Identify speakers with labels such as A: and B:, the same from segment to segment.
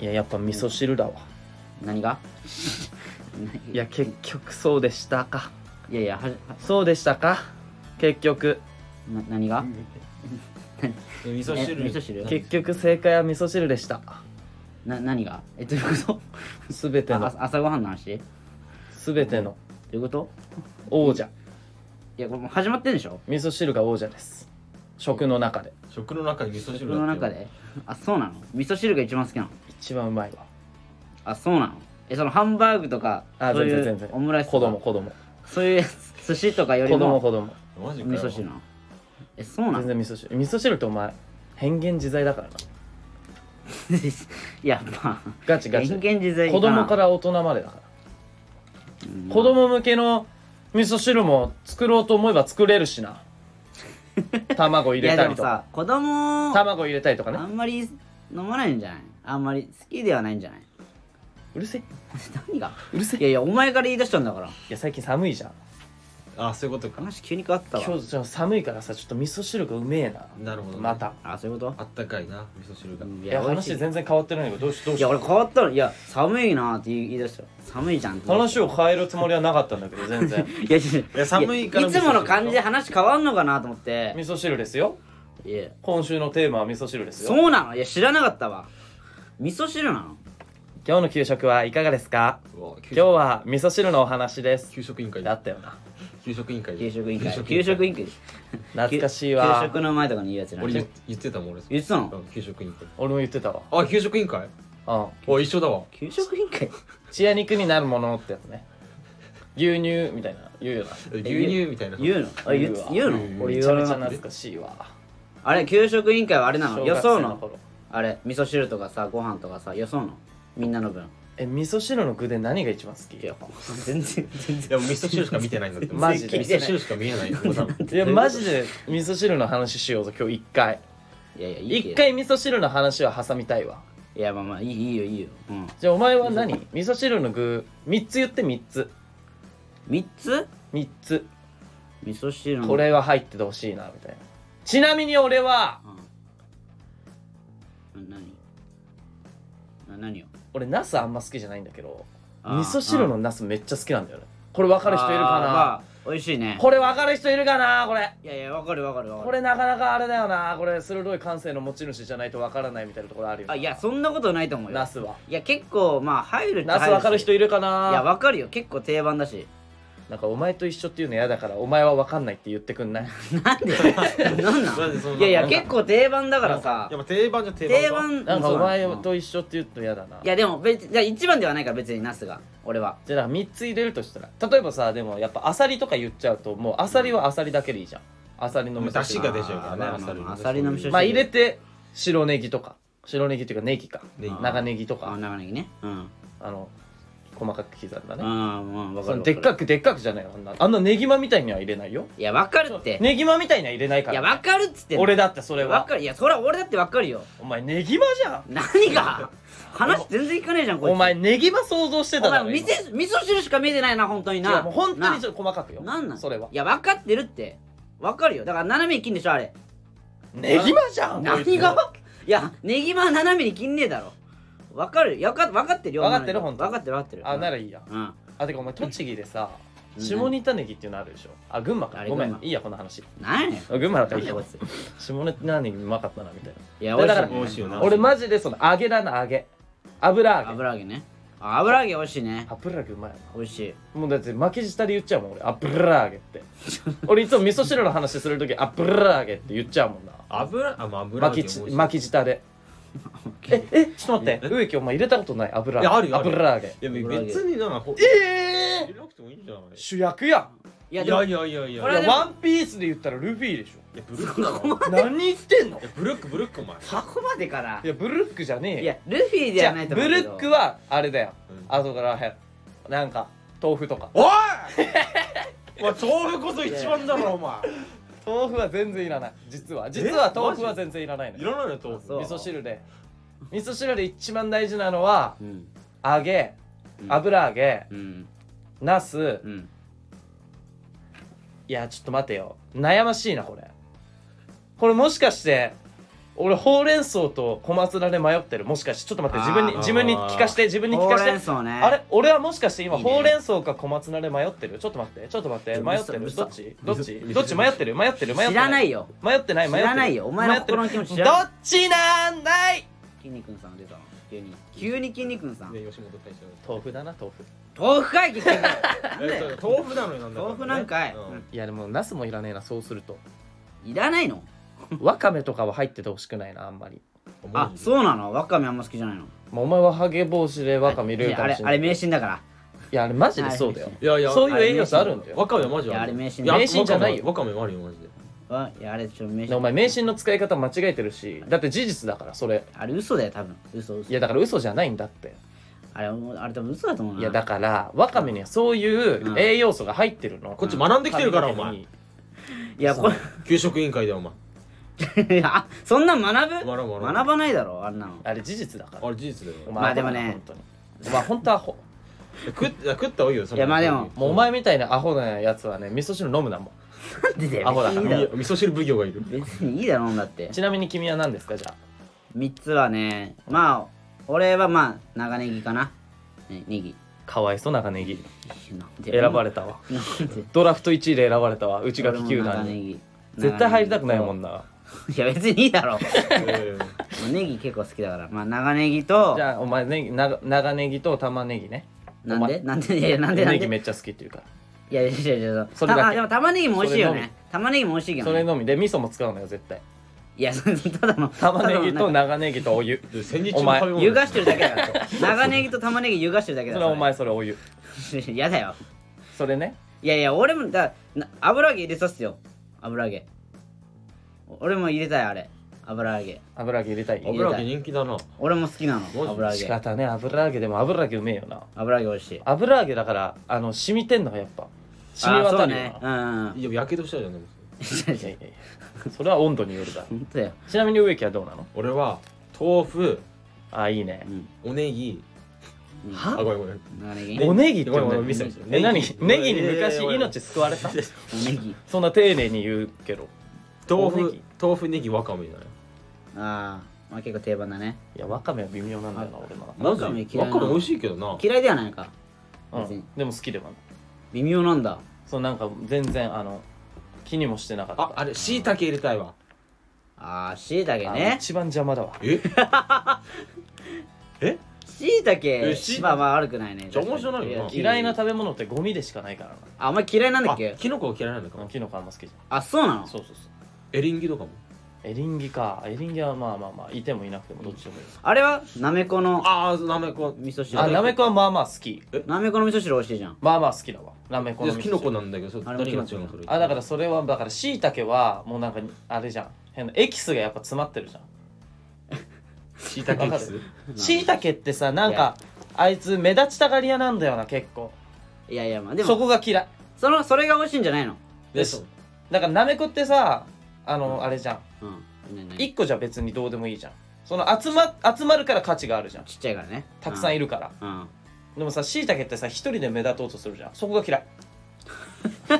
A: いややっぱ味噌汁だわ
B: 何が
A: いや結局そうでしたか
B: いやいやはじは
A: そうでしたか結局
B: な何が
C: え味噌汁
B: え味噌汁
A: 結局正解は味噌汁でした
B: な何がえどういうこと
A: 全て
B: あ
A: の
B: あ朝ごはんの話ど
A: 全ての
B: ういうこと
A: 王者
B: いやこれもう始まってんでしょ
A: 味噌汁が王者です食の中で
C: 食の中に味噌汁
B: こ
C: だって
B: の中であそうなの味噌汁が一番好きなの
A: 一番うまいわ
B: あそうなのえそのハンバーグとか
A: あ
B: そ
A: 全
B: うい
A: 然
B: う
A: 全然
B: オムライス
A: 子
B: とか
A: 供子供
B: そういうやつ寿司とかよ
A: 子
B: り
A: 供
B: も
A: 子供
C: マジかよ
B: 味噌汁なのえそうな
A: 全然
B: の
A: 味噌汁味噌汁ってお前変幻自在だからない
B: やまあ
A: ガチガチ
B: 人間自在、
A: 子供からら大人までだから
B: うん
A: 子供向けの味噌汁も作ろうと思えば作れるし な卵入
B: い
A: れ
B: やで
A: たり
B: も
A: とか
B: さ子供
A: 卵入れたりとかね
B: あんまり飲まないんじゃないあんまり好きではないんじゃない
A: うるせえ
B: 何が
A: うるせえ
B: いやいやお前から言い出したんだから
A: いや最近寒いじゃん
C: あそういうことか
B: 話急に変わったわ
A: 今日じゃあ寒いからさちょっと味噌汁がうめえな
C: なるほどね
A: また
B: あそういうこと
C: あったかいな味噌汁が
B: うん
A: いや
B: 美味し
A: 話全然変わってないけどどうしどう
B: い
A: し
B: や俺変わったのいや寒いなって言い出したよ寒いじゃんって
A: 話を変えるつもりはなかったんだけど全 然
B: いやちょっと
C: いや寒いから
B: いつもの感じで話変わんのかなと思って
A: 味噌汁ですよ
B: いや
A: 今週のテーマは味噌汁ですよ
B: そうなのいや知らなかったわ味噌汁なの
A: 今日の給食はいかがですか
C: うわ給
A: 今日は味噌汁のお話です
C: 給食委員会
A: だったよな
C: 給食委員会
B: 給食委員会給食委員会
A: 懐かしいわ
B: 給食の前とかに言うやつなん
C: 俺
B: で
C: 言言ってたもん俺
B: 言ってたの
C: うん給食委員会
A: 俺も言ってたわ
C: あ給食委員会
A: うん
C: お一緒だわ
B: 給食委員会
A: 血や肉になるものってやつね牛乳みたいな言うよな
C: 牛乳みたいな
B: 言うのあ言う
A: うわ
B: 言う
C: うん
B: の俺
A: め
B: 言
A: ちゃ
B: わ
A: め
B: な
A: ちゃ
B: かっ
A: 懐かしいわ
B: たあれ給食委員会はあれなの
A: 小
B: 予
A: 学生
B: 想の
A: 頃
B: あれ味噌汁とかさご飯とかさ予想のみんなの分
A: え味噌汁の具で何が一番好き
B: いや全然全
C: でも味噌汁しか見てないんだって
A: マジで
C: 味噌汁しか見えないもう多分
A: いやマジで味噌汁の話しようぞ今日一回
B: いやいやいいけど
A: 一回味噌汁の話は挟みたいわ
B: いやまあまあいいいいよいいようん
A: じゃあお前は何味噌汁の具3つ言って3つ
B: 3つ
A: 3つ
B: 味噌汁の
A: これは入っててほしいなみたいなちなみに俺は
B: うんな何な何よ
A: 俺ナスあんま好きじゃないんだけど
B: あー
A: 味噌汁のナスめっちゃ好きなんだよねこれ分かる人いるかな、
B: あーまあ美味しいね
A: これ分かる人いるかなこれ
B: いやいやわかるわかるわかる
A: これなかなかあれだよなこれ鋭い感性の持ち主じゃないと分からないみたいなところあるよな
B: あいやそんなことないと思うよ
A: ナスはい
B: や結構まあ入るっちゃ
A: ナ
B: 入
A: ス
B: る
A: 分かる人
B: い
A: いるかない
B: やわかるよ結構定番だし
A: なんかお前と一緒っていうの嫌だからお前は分かんないって言ってくんない
B: なんでなんな
C: マジでそん
B: ん
C: ない
B: やいや結構定番だからさ
C: やっぱ定番じゃ定番
B: 定番
A: なんか
B: そう
A: お前
B: うん
A: と一緒って言うと嫌だない
B: やでも別じゃあ一番ではないから別にナスが俺は
A: じゃあなんか3つ入れるとしたら例えばさでもやっぱアサリとか言っちゃうともうアサリはアサリだけでいいじゃんアサリの味噌
C: 出汁
A: 汁
C: が出ちゃうからね
B: あーまあまあ
C: ア
B: ア
C: サ
B: サ
C: リ
B: リ
C: の
B: の
C: 味噌汁
B: 味噌汁
A: まあ入れて白ネギとか白ネギっていうかネギか
C: ネギ
A: 長ネギと
B: あ
A: か
B: 長ネギねうん
A: あの細かく刻んだ
B: う
A: ね
B: んうんわか
A: そ
B: る
A: の
B: わ
A: でっか
B: る
A: くでっかくじゃないよあんなあんなネギマみたいには入れないよ
B: いやわかるって
A: ネギマみたいには入れないか
B: いや
A: ら
B: わかるっつってんの
A: 俺だってそれ
B: わ
A: は
B: かるいやそれは俺だってわかるよ
A: お前ネギマじゃん
B: 何が話全然いかねえじゃんこいつ
A: お前ネギマ想像して
B: お
A: ただ
B: 前
A: ろ
B: 味噌味噌汁しか見えてないな本当に
A: 今
B: ない
A: やもう本当にち
B: な
A: ょっと細かくよ
B: なんなん
A: それはい
B: や分かってるって分かるよだから斜めに切んでしょ あれ
A: ネギマじゃんこいつ
B: 何がいやネギは斜めに切んねえだろ分かるよ分か分かってるよ
A: 分かってる
B: 分
A: 本当に
B: かってる分かってる
A: あなら
B: い
A: いいや
B: うん
A: あてかお前栃木でさ
B: うん
A: 下仁田ネギっていうのあるでしょあ群馬
B: あ
A: か
B: れ
A: ごめ
B: 群
A: ん
B: 馬
A: いいやこの話
B: 何やねん
A: あ群馬だから
B: 何
A: いいや
B: やこいつ
A: 下仁田ネギうまかったなみたい
B: いや
A: だ
B: 美
A: から
C: 美味しいよな
A: な
C: 美味し
A: 俺
C: い
A: マジでその揚げだな揚げ油揚げ
B: 油揚げねあ油揚げ美味しいね
A: 油揚げうまいよ
B: 美味しい
A: なもうだって負け舌で言っちゃうもん俺油揚げって俺いつも味噌汁の話するとき油揚げって言っちゃうもんな
C: 油あまあ油揚
A: 巻
C: げ
A: きち
C: も美味しい
A: 巻き舌でええちょっと待って
C: え
A: 植木お前入れたことない油
C: いやあるよあるよ
A: 油揚げ
C: いや別になほ
A: え
C: 入れなくてもいいんじゃない
A: 主役やん
B: いや
C: い
B: でも
C: やいやいやいや
B: こ
A: いや
B: れはでも
A: ワンピースで言ったらルフィでしょ
C: いやブルックだろ
A: 何言ってんの
C: いやブルックブルックお前
B: そこまでかない
A: やブルックじゃねえよ
B: いやルフィではないと
A: ブ
B: 思う
A: ル
B: けど
A: ックはあれだよ、
C: うん
A: 後からへんなんか豆腐とか
C: おいお前豆腐こそ一番だろお前
A: 豆腐は全然いらない実は実は豆腐は全然いらないの
C: い
A: よ
C: らないの豆腐
B: そう
A: 味噌汁で味噌汁で一番大事なのは
B: うん
A: 揚げ
B: うん
A: 油揚げ
B: うん
A: ナス
B: うん
A: いやちょっと待てよ悩ましいなこれこれもしかして俺ほうれん草と小松菜で迷ってるもしかしてちょっと待って自分
B: あ
A: に
B: ー
A: 自分に聞かして自分に聞
B: ほ
A: か
B: う
A: し
B: れ
A: て
B: ん草ね
A: あれ俺はもしかして今
C: いいね
A: ほうれん草か小松菜で迷ってるちょっと待ってちょっと待って
B: うる
A: 迷っ
B: さ
A: てる
B: う
A: ど
B: る
A: っ
B: さ
A: ち
C: うるさ
A: どっちどっち迷ってる迷ってる迷ってる
B: 知らないよ
A: 迷ってない迷って
B: 知らないよお前の心の気持ち知
A: ど
B: らない
A: っちなんだい
B: 筋肉さん出たの急に急に筋肉さん
C: ね吉本大将
A: 豆腐だな豆腐
B: 豆腐会議して んだよ
C: えそう豆腐なのよなんだ
B: 豆腐なんかい、
C: うん
A: いやでもナスもいらねえなそうすると
B: うんいらないの
A: わかめとかは入っててほしくないなあんまり、
B: あそうなのわかめあんま好きじゃないの
A: まあ、お前はハゲ帽子でわかめ入れる
B: や
A: か
B: あ
A: も
B: れ
A: しれ
B: あ
A: ない
B: れ迷信だから
A: いやあれマジでそうだよ
C: いやいや
A: そういう栄養素あるんだよ
C: わかめマジ
B: いや
C: あ
B: あ
C: る
B: れ迷信
C: いや
A: 迷信じゃないよ
C: わかめもあるよマジで
B: あいやあれちょっと迷
A: お
B: 信
A: 前迷信の使い方間違えてるしだって事実だからそれ
B: あれ嘘だよ多分嘘嘘
A: いやだから嘘じゃないんだって
B: あれもうあれ多分嘘だと思うない
A: やだからわかめにはそういう栄養素が入ってるの、
C: こっち学んできてるからお
A: 髪の毛
C: 前
A: に
B: いやこ
C: 給食委員会だよお前
B: れ いやあそんなん学ぶ
C: 学ぶ
B: 学ばないだろあんなの
A: あれ事実だから
C: あれ事実だよ
A: お
B: まあでもね
A: アホだな本当にお前本当アホ
C: 食った食った方がいいよその
B: いやまあでも
A: もうお前みたいなアホなやつはね味噌汁飲むなも
B: なんでだ
A: アホ
B: よ
A: だ
B: 別にいい
A: か
B: だ
A: ら
B: ろ
C: 味噌汁奉行がいる
B: 別にいいだろだって
A: んちなみに君は何ですかじゃ
B: 3つはねまあ俺はまあ長ネギかな、ね、ネギ
A: あかわいそう長ネギ選
B: 選
A: ばれたわ
B: なんで
A: ドラフト1位で選ばれたわ内
B: 俺
A: 垣
B: も
A: 球
B: 長
A: 団
B: ネ
A: に
B: ギ
A: 絶対入りたくないもんな
B: ないや別にいい だろ
C: えー
B: ネギ結構好きだからまあ長ネギと
A: じゃあお前ネギな長ネギと玉ねぎね
B: なんでなんでいやいやなんでなん
A: ネギ
B: で
A: めっちゃ好きっていうから
B: いやいやいやいや
A: それだけ
B: たあでも玉ねぎも美味しいよ
A: それの
B: ね玉ねぎも美味しいけど
A: そ
B: ね、
A: れのみで味噌も使うのよ絶対
B: いやそれただの
A: 玉ねぎ
B: ただ
A: と
B: のなんか
A: 長ネギとお湯
C: で千日
A: お前
B: 湯がしてるだけだから長ネギと玉ねぎ湯がしてるだけ
A: そ
B: だ
A: れはお前それお湯
B: 嫌だよ
A: それね
B: いやいや俺もだな油揚げ入れさすよ油揚げ俺も入れたいあれ油揚げ
A: 油揚げ入れたい
C: 油揚げ人気だな
B: 俺も好きな
C: ジ
B: の油揚
A: 仕
B: げ
A: 方ね油揚げでも油揚げうめえよな
B: 油揚げ美味しい
A: 油揚げだからあの染みてんのがやっぱ染み
B: あそ
A: 渡
B: う
A: るよな
B: ねうんうんうん
C: いややけどしたじゃんでも
A: いやいやいやそれは温度によるだろ
B: 本当だよ
A: ちなみに植木はどうなの
C: 俺は豆腐
A: あいいね
B: うん
C: おネギ
B: うん
C: あごめんごめん
B: 長ネギ
A: おネギって
C: ごめん
A: お
C: ご
A: 前
C: めん見せて
A: え何ネギに
C: いやいやい
A: 昔
C: やいや
A: 命救われた
B: おネギ
A: そんな丁寧に言うけど
C: 豆
A: おネ
C: 腐
A: ギ
C: 豆腐ネギわかめじゃない
B: ああまあ結構定番だね
A: いやわかめは微妙なんだよな俺の
C: マジ
B: わかめ嫌い
C: わ
B: な
C: かめ美味しいけどな
B: 嫌いではないか
A: 中
B: 別
A: で、う
B: に
A: ん、でも好きではない
B: 微妙なんだ
A: そうなんか全然あの気にもしてなかった
C: ああれしいたけ入れたいわ
B: ああしいたけ
A: あの
B: ね
A: 一番邪魔だわ
C: え え
B: しいた
C: え
B: け
C: 椎茸
B: まあまあ悪くないね
C: じゃあ面白いよな
A: 嫌いな食べ物ってゴミでしかないからな
B: あお前嫌いなんだ
C: あ
B: っけ
C: キノコは嫌いなんだか
A: あの
C: も
A: キノコあんま好きじ
B: あそうな
A: ゃん
B: の
A: そうそうそう
C: エリンギとかも
A: エリンギかエリンギはまあまあまあいてもいなくてもどっちでもいいです
B: あれはなめこの
C: ああなめこ
B: 味噌汁
A: あなめこはまあまあ好き
B: なめこの味噌汁美味しいじゃん
A: まあまあ好きだわなめこの
C: で
A: 味噌汁
C: キノコなんだけどそれ
B: あ
C: 何
B: れ
C: が違う
B: も
C: のそ
B: キノコ
C: れ
A: あだからそれはだからしいたけはもうなんかあれじゃん変なエキスがやっぱ詰まってるじゃん
C: しいたけ
A: わか
C: で
A: る
C: す
A: しいたけってさなん
B: い
A: か
B: や
A: あいつ目立ちたがり屋なんだよな結構
B: いやいやまあでも
A: そこが嫌い
B: そのそれが美味しいんじゃないの
A: で
C: そう
A: だからなめこってさあの、あれじゃん
B: うんねね
A: 一個じゃ別にどうでもいいじゃんその集ま集まるから価値があるじゃん
B: ちっちゃいからね
A: たくさんい
B: る
A: るから、
B: うん
A: でもさしいたけってさ一人で目立とうとするじゃんそこが嫌い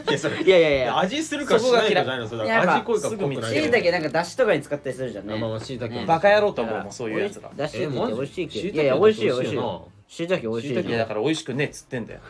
C: いやそれ
B: いやいやいや
C: 味するかしないかじゃないのそれだから
B: いや
C: 味濃いか濃くないか
B: しいたけなんかだしとかに使ったりするじゃん
C: あまあま
B: ね
C: あしいたけ
B: ね
A: バカ野郎と
B: だ
A: 思
B: か
A: う
B: ら
A: もんそういうやつら
B: だしって美味しいけ
C: えマジ
B: どいやいや美味しいよ
C: 椎茸
B: 美味しいよしいたけ美味しい
A: いや
B: じゃ
A: だから美味しくねえっつってんだよ
B: ん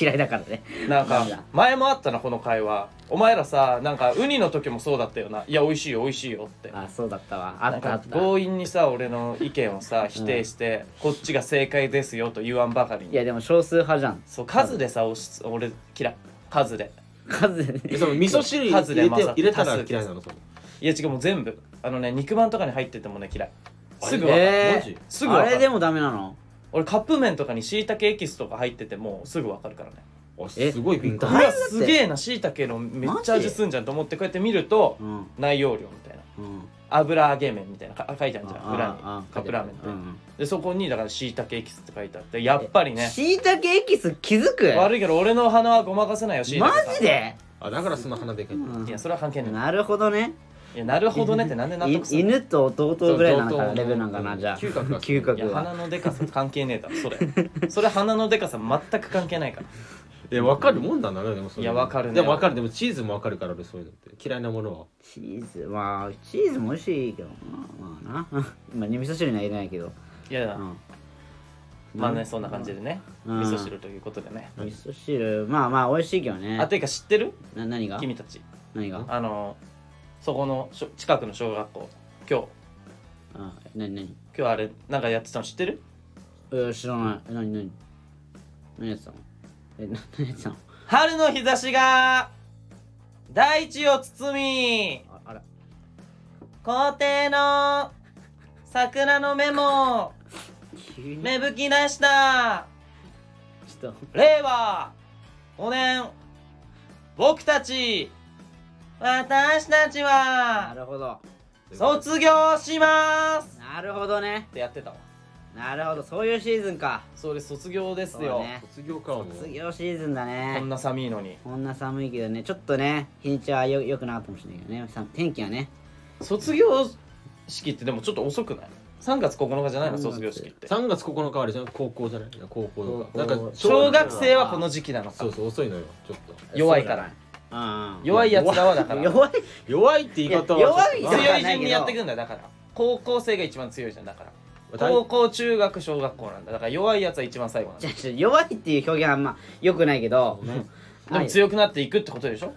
B: 嫌いだからね
A: なんか
B: なんだ
A: 前もあったなこの会話お前らさなんかウニの時もそうだったよないや美味しいよ美味しいよって
B: あそうだったわあった
A: な
B: あ
A: ん
B: っ
A: か
B: た
A: 強引にさ俺の意見をさ否定して、こっちが正解ですよと言わんばかり
B: い
A: に
B: やでも少数派じ ゃん
A: そう数でさ押し俺嫌い数で
B: 数で
C: え
B: ね
C: その味噌汁入れ
A: 数で
C: て
A: 混ざって
C: 入れたら嫌いなのそれ
A: いや違うもう全部あのね肉まんとかに入っててもね嫌いすぐ
C: は
A: わかる、
B: えー
C: マジ
A: すぐわ
B: あ
A: かる
B: れでもダメなの
A: 俺カップ麺とかにしいたけエキスとか入っててもすぐわかるからね
C: あ
B: え
C: すごい敏
A: う
B: あ
C: 感
B: れだ
A: わ
B: って
A: すげえなしいたけのめっちゃ味すんじゃんと思ってこうやって見ると
B: うんうん
A: 内容量みたいな
B: うん
A: 油揚げ麺みたいなか書いてあるじゃ
B: あ
A: ん裏に
B: ああ
A: カップラーメンって、
B: うん
A: でそこにだからしいたけエキスって書いてあってやっぱりね
B: しいたけエキス気づく
A: 悪いけど俺の鼻はごまかせないよしいた
B: マ
A: けさん
B: ジで
C: あだからその鼻でかい
B: うん
A: いやそれは関係ない
B: なるほどね
A: いやなるほどねってなんで納
B: い
A: 得するの
B: 犬と弟ぐらいなのか
C: そ
B: な
C: う
B: レベルなんかな
C: うん
B: じゃあ
C: 嗅覚が
B: 嗅覚
A: いや
B: は
A: 鼻のでかさ関係ねえだろそれそれ鼻のでかさ全く関係ないから
D: いや分かるもんだなでもそれ
A: いや分かるね
D: でも分かるでもチーズも分かるから俺そういうのって嫌いなものは
B: チーズまあチーズも美味しいけどまあまあな今ね味噌汁には入れないけど、
A: いや
B: う
A: だ
B: ん、
A: まあねそんな感じでね
B: うん
A: 味噌汁ということでね
B: 味噌汁まあまあ美味しいけどね
A: あていうか知ってる
B: な何が
A: 君たち
B: 何が
A: あのそこのしょ近くの小学校今日
B: あ何何
A: 今日あれなんかやってたの知ってる
B: えー、知らないえ何何何やってたのえな何やってたの
A: 春の日差しが大地を包み
B: ああら
A: 校庭の桜の芽も
B: 急に
A: 芽吹き出した
B: ちょっ
A: 令和5年僕たち私たち
B: とな
A: は
B: るほど
A: 卒業します
B: なるほどね
A: ってやってたわ
B: なるほどそういうシーズンか
A: それ卒業です
B: そう
A: よ、
B: ね
D: 卒業かも
B: 卒業シーズンだね
A: こんな寒いのに
B: こんな寒いけどね、ちょっとね、日にちはよよくなかったかもしれないけどね、さ天気はね、
A: 卒業式ってでもちょっと遅くない3月9日じゃないの
B: 3月
A: 卒業式って
D: 3月9日あれじゃん高校じゃないいや高校
B: 高校
D: だからなんか
A: 小学生はこの時期なのか
D: そうそう遅いのよちょっと
A: 弱いから
B: ああ
A: 弱いやつらはだから
B: 弱い
D: 弱いって言い方はちょっと
B: いや弱いよ
D: まあ
A: 強い順にやっていくんだよだから高校生が一番強いじゃんだから
D: 大
A: 高校中学小学校なんだだから弱いやつは一番最後なん
B: じ
A: だ
B: ゃじゃ弱いっていう表現はあんま良くないけど、
A: でも強くなっていくってことでしょ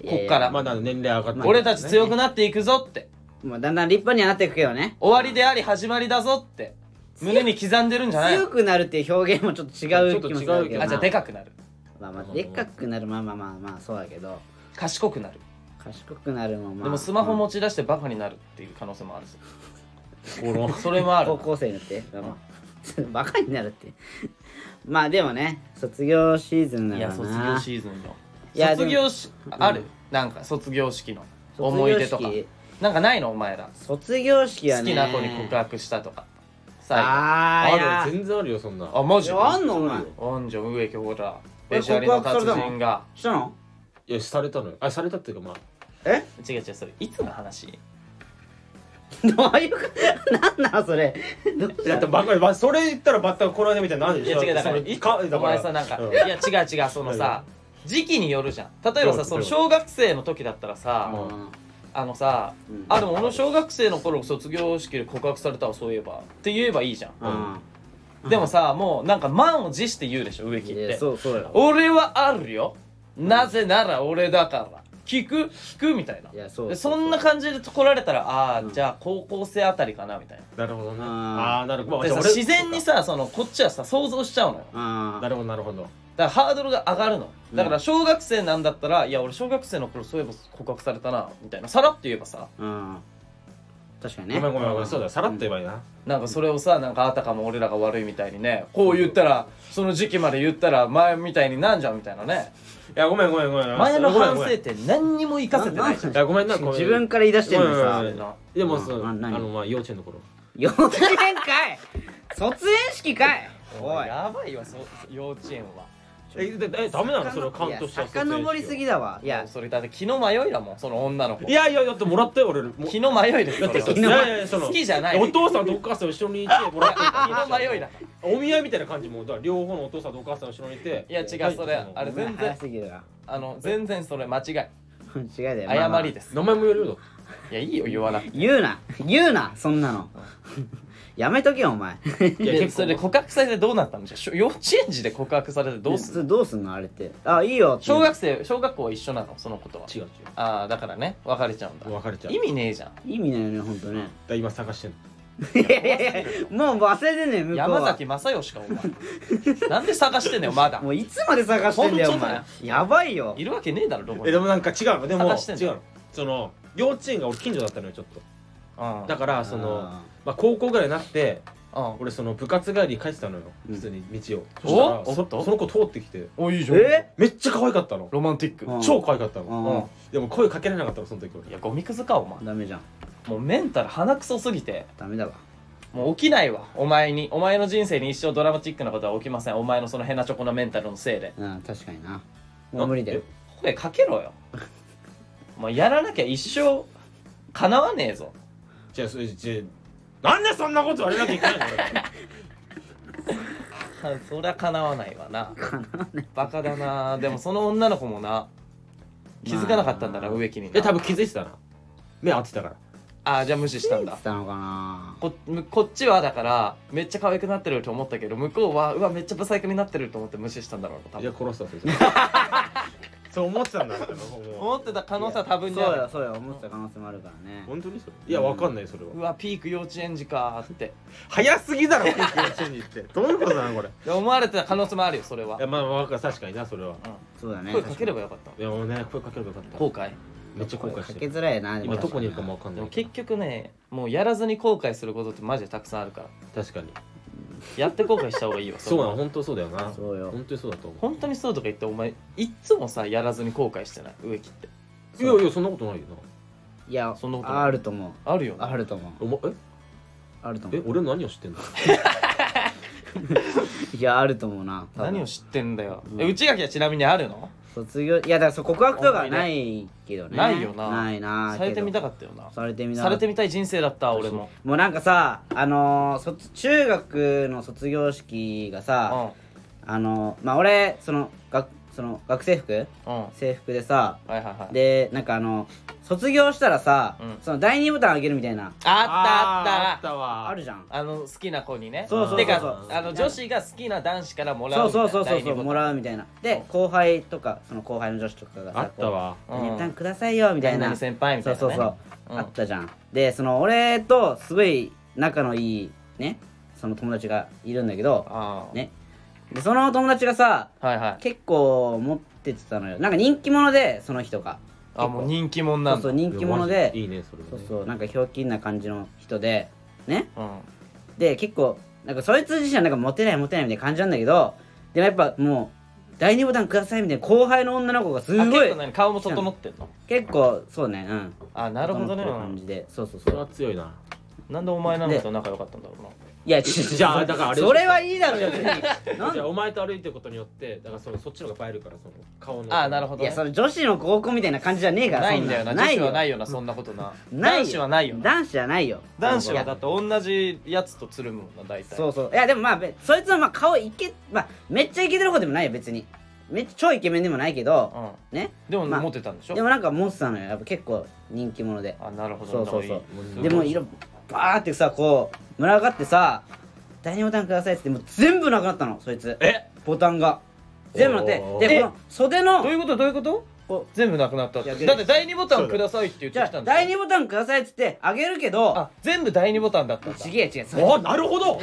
B: いやいや
A: こっから
D: まだ年齢上がってる
A: 俺たち強くなっていくぞって
B: もうだんだん立派にはなっていくけどね、
A: 終わりであり始まりだぞって胸に刻んでるんじゃない
B: 強
A: の
B: くなるっていう表現もちょっと違う
D: ちょっと
B: 気もする
D: 違うけ
B: け
D: ど
B: ど、
A: あじゃあでかくなる
B: まあまあ、でっかくなる、まあまあまあまあ、そうだけど、
A: 賢くなる
B: 賢くなるもまあ、
A: でもスマホ持ち出してバカになるっていう可能性もあるぞ
D: この
A: それもある
B: 高校生になって、まあまあ、バカになるって。 まあでもね、卒業シーズンだ
A: い
B: から
A: や
B: な。
A: 卒業シーズンの
B: いや
A: 卒業し
B: ん
A: あるなんか卒業式の思い出とか
B: 卒業式
A: なんかないのお前ら
B: 卒業式は
A: 好
B: ね
A: きな子に告白したとか最後
B: あーいや
D: ある全然あるよそんな
A: あマ
B: い
A: ジ
B: やあんのお前
A: あんじゃん植木ほら
B: え
A: ベシャリの達
B: 告白された
A: 人が
B: したの
D: いやされたのよあされたっていうかまあ
B: え
A: 違う違うそれいつの話
B: どういうこと なんなのそれどう
D: だってばっかりばそれ言ったらバッタこの間みたいになんで
A: いや違うだからいお前さなんか、
D: うん
A: いや違う違うそのさ時期によるじゃん例えばさ
D: どう
A: その
D: どう
A: 小学生の時だったらさ、
D: うん
A: あのさ、
B: うん
A: あでも俺の小学生の頃卒業式で告白されたわそういえばって言えばいいじゃん、
B: うん
A: でもさもうなんか満を持して言うでしょ植木っ
B: いや
A: て
B: そうそうよ
A: 俺はあるよなぜなら俺だから聞く聞くみたいない
B: やそう
A: で
B: う
A: そんな感じで来られたらああ、じゃあ高校生あたりかなみたい
D: なるほどね
B: あー
D: ああーなるほどまあ
A: なで
D: じゃ
A: さ
D: あ俺
A: 自然にさそのこっちはさ想像しちゃうのよ
B: あ
D: なるほどなるほど
A: だからハードルが上がるのだから小学生なんだったら、いや俺小学生の頃そういえば告白されたなみたいなさらって言えばさ
B: あうん確かに
D: ご
B: ね
D: めんごめんごめんそうだよさらっと言えばいいな
A: なんかそれをさなんかあたかも俺らが悪いみたいにねこう言ったらその時期まで言ったら前みたいになんじゃんみたいなね
D: いやごめんごめんごめん
A: 前の
D: ごめん
A: 反
D: ごめん
A: 省点何にも生かせてないじゃん
D: いやごめんなごめん
B: 自分から言い出してるの
D: ごめ
B: さ
D: んごめんごめんでもそううんあ
B: あ何
D: のまあ幼稚園の頃
B: 幼稚園か い卒園式かいおい
A: やばいわそ幼稚園は
D: えでえダメなのそれをカウントしちゃう
B: さかのぼりすぎだわい
A: いや
B: や
A: それだって気の迷いだもんその女の子
D: いやいやだってもらったよ俺も
A: 気の迷いです
D: だって
A: そ
D: い
A: れは
D: やいやいやその
A: 好きじゃない
D: お父さんとお母さん後ろにいてもらったよ
A: 気の迷いだ
D: お見合いみたいな感じもだから両方のお父さんとお母さん後ろにいて
A: いや違う
D: はい
A: それあれ全
B: お前
A: 然
B: 早すぎるわ
A: あの全然それ間違い
B: 違うだよまあまあ
A: 誤りです
D: 名前も言えるよだって
A: いやいいよ言わなくて
B: 言うな言うなそんなの やめとけよお前
D: いや
A: で
D: 結構
A: それで告白されてどうなったのじゃあしょ幼稚園児で告白されてどうすんの
B: どうすんのあれってあいいよって
A: 小学生小学校は一緒なのそのことは
D: 違う違
A: ああだからね別れちゃうんだ
D: う別れちゃう
A: 意味ねえじゃん
B: 意味ないよねほんとね
D: だ今探してんの
B: いやいやいやもう忘れてんねん向こうは
A: 山崎正義かお 前なんで探してんのよまだ
B: もういつまで探してんだよお
A: 本当だ
B: 前
A: よ
B: やばいよ
A: いるわけねえだろどこ
D: え
A: に
D: でもなんか違うのでも違う
A: 探してんの
D: のその幼稚園が俺近所だったのよちょっと
A: うん
D: だからその
B: あ
D: まあ高校ぐらいになって
A: うん
D: 俺その部活帰り帰ってたのよ普通に道を、そ
A: お
D: した
A: お
D: ら
A: っ
D: そ
A: と
D: その子通ってきて
A: おいいじゃん
B: え
D: めっちゃ可愛かったの
A: ロマンティック
B: うん
D: 超可愛かったの
B: うん
D: でも声かけられなかったのその時俺
A: いやゴミくずかお前
B: ダメじゃん
A: もうメンタル鼻くそすぎて
B: ダメだわ
A: もう起きないわお前にお前の人生に一生ドラマチックなことは起きませんお前のその変なチョコなメンタルのせいで
B: うん確かになもう無理だよ
A: 声かけろよもうやらなきゃ一生叶わねえぞ
D: じゃあそれじゃあなんでそんなこと言われなきゃいけないの俺
A: かそりゃかなわないわなバカだなでもその女の子もな気づかなかったんだな
B: まあ
A: 植木にな
D: で多分気づいてたな目合ってたから
A: ああじゃあ無視したん
B: だ
A: だ
B: ったのかな
A: ここっちはだからめっちゃ可愛くなってると思ったけど向こうはうわめっちゃブサイクになってると思って無視したんだろうな多
D: いや
A: 分
D: 殺すわそいつ い
C: そう思ってたんだけども
A: 思ってた可能性は多分に
B: そう
A: あ
B: よ
A: る
B: そうよ思ってた可能性もあるからね
D: う本当にそれいやわかんないそれは
A: うわピーク幼稚園児かーって
D: 早すぎだ ろ結局チェンジってどういうことなのこれい
A: で思われてた可能性もあるよそれは
D: やまあまあ確かになそれは
B: そうだね
A: 声かければよかった
D: いやもうね声かければよかった
A: 後悔
D: めっちゃ後悔
B: か
D: し
B: け
D: てる
B: づらいなでも
D: 今どこにいるかもわかん
A: で
D: な
A: も
D: い
A: 結局ねもうやらずに後悔することってマジでたくさんあるから
D: 確かに
A: やって後悔した方がいい よ
D: そうなの
A: の
D: 本当そうだよな
B: そうよ
D: 本当にそうだと思
A: 本当にそうとか言ってお前いっつもさやらずに後悔してない植木って
D: ういやいやそんなことないよない
B: や
A: そんなことない
B: あると思う
A: あるよな
B: あると思う
D: お前え
B: あると思
D: え
B: う
D: 俺の何を知ってんの
B: いやあると思うな多分
A: 何を知ってんだよ、え内垣はちなみにあるの
B: 卒業いやだからそう告白とかはないけどね
A: ないよな
B: ないな
A: されてみた
B: か
A: かったよな
B: されてみた
A: されてみたい人生だった俺も
B: もうなんかさあのー卒中学の卒業式がさ
A: う
B: あのーまあ俺その学その学生服
A: んうんはい
B: 制服でさ
A: はいはい
B: でなんかあの卒業したらさ、
A: うん
B: その第二ボタンあげるみたいな
A: あったあ
D: あ
A: っ
D: ったたわ
B: あるじゃん
A: あの好きな子にね
B: そうそうそうそう
A: てかあの女子が好きな男子からもらう
B: そう
A: みたいな
B: そうそ
A: 第
B: うそう
A: 二
B: そう
A: ボタン
B: もらうみたいなで後輩とかその後輩の女子とかがさ
D: あったわ
B: こう「
A: うん
B: ボタンくださいよ」みたい
A: 何
B: な
A: 々先輩みたいな、ね、
B: そうそうそう、
A: うん
B: あったじゃんでその俺とすごい仲のいいねその友達がいるんだけど
A: ああ、
B: ねでその友達がさ
A: はいはい
B: 結構持っててたのよなんか人気者でその人が
A: あもう人気者なんだ
B: そうそう人気者
D: いや
B: で
D: マジいいねそれね
B: そうそうなんかひょうきんな感じの人でね
A: うん
B: で結構なんかそいつ自身はなんかモテないモテないみたいな感じなんだけどでもやっぱもう第二ボタンくださいみたいな後輩の女の子がす
A: あ
B: ご
A: 結
B: い
A: 構何顔も整ってんの
B: 結構そうねうん
A: あなるほどね
B: 整って感じでそうそう
D: そ
B: そ
D: れは
B: う
D: 強いな
A: なんでお前なのと仲良かったんだろうない
B: やち ょ
D: じゃあだからあれ
B: それはいいだろ別になん
D: じゃあお前と歩いてることによってだからそのそっちの方が映えるからその顔の
A: あなるほど
B: いやそれ女子の高校みたいな感じじゃねえから
A: ないんだよな
B: そな
A: 女
B: い
A: 子
B: よ
A: はないよなそんなことな
B: ないよ
A: 男子はないよな
B: 男子じゃないよ
A: 男子はだって同じやつとつるむもんな大体
B: そううそういやでもまあべそいつはまあ顔いけまあめっちゃイケてる方でもないよ別にめっちゃ超イケメンでもないけど、
A: ん
B: ね
A: でも
B: まあ
A: モテたんでしょ、
B: でもなんかモンスターのよやっぱ結構人気者で
A: あなるほど
B: そうそうそう
A: 仲いい
B: でもう
A: い
B: 色バーってさこう群がってさ「第二ボタンください」っつってもう全部なくなったのそいつ
A: え
B: ボタンが全部なって
D: おー
B: でこの袖の
A: どういうことどういうこと
B: こ
A: 全部なくなったっ
B: いや
A: てだって第二ボタンくださいって言っ
B: じ
A: て
B: ゃ
A: きた
B: あ
A: んだ
B: 第二ボタンくださいっつってあげるけど
A: あ全部第二ボタンだったんだ
B: ちげえ違うそれ
D: あなるほど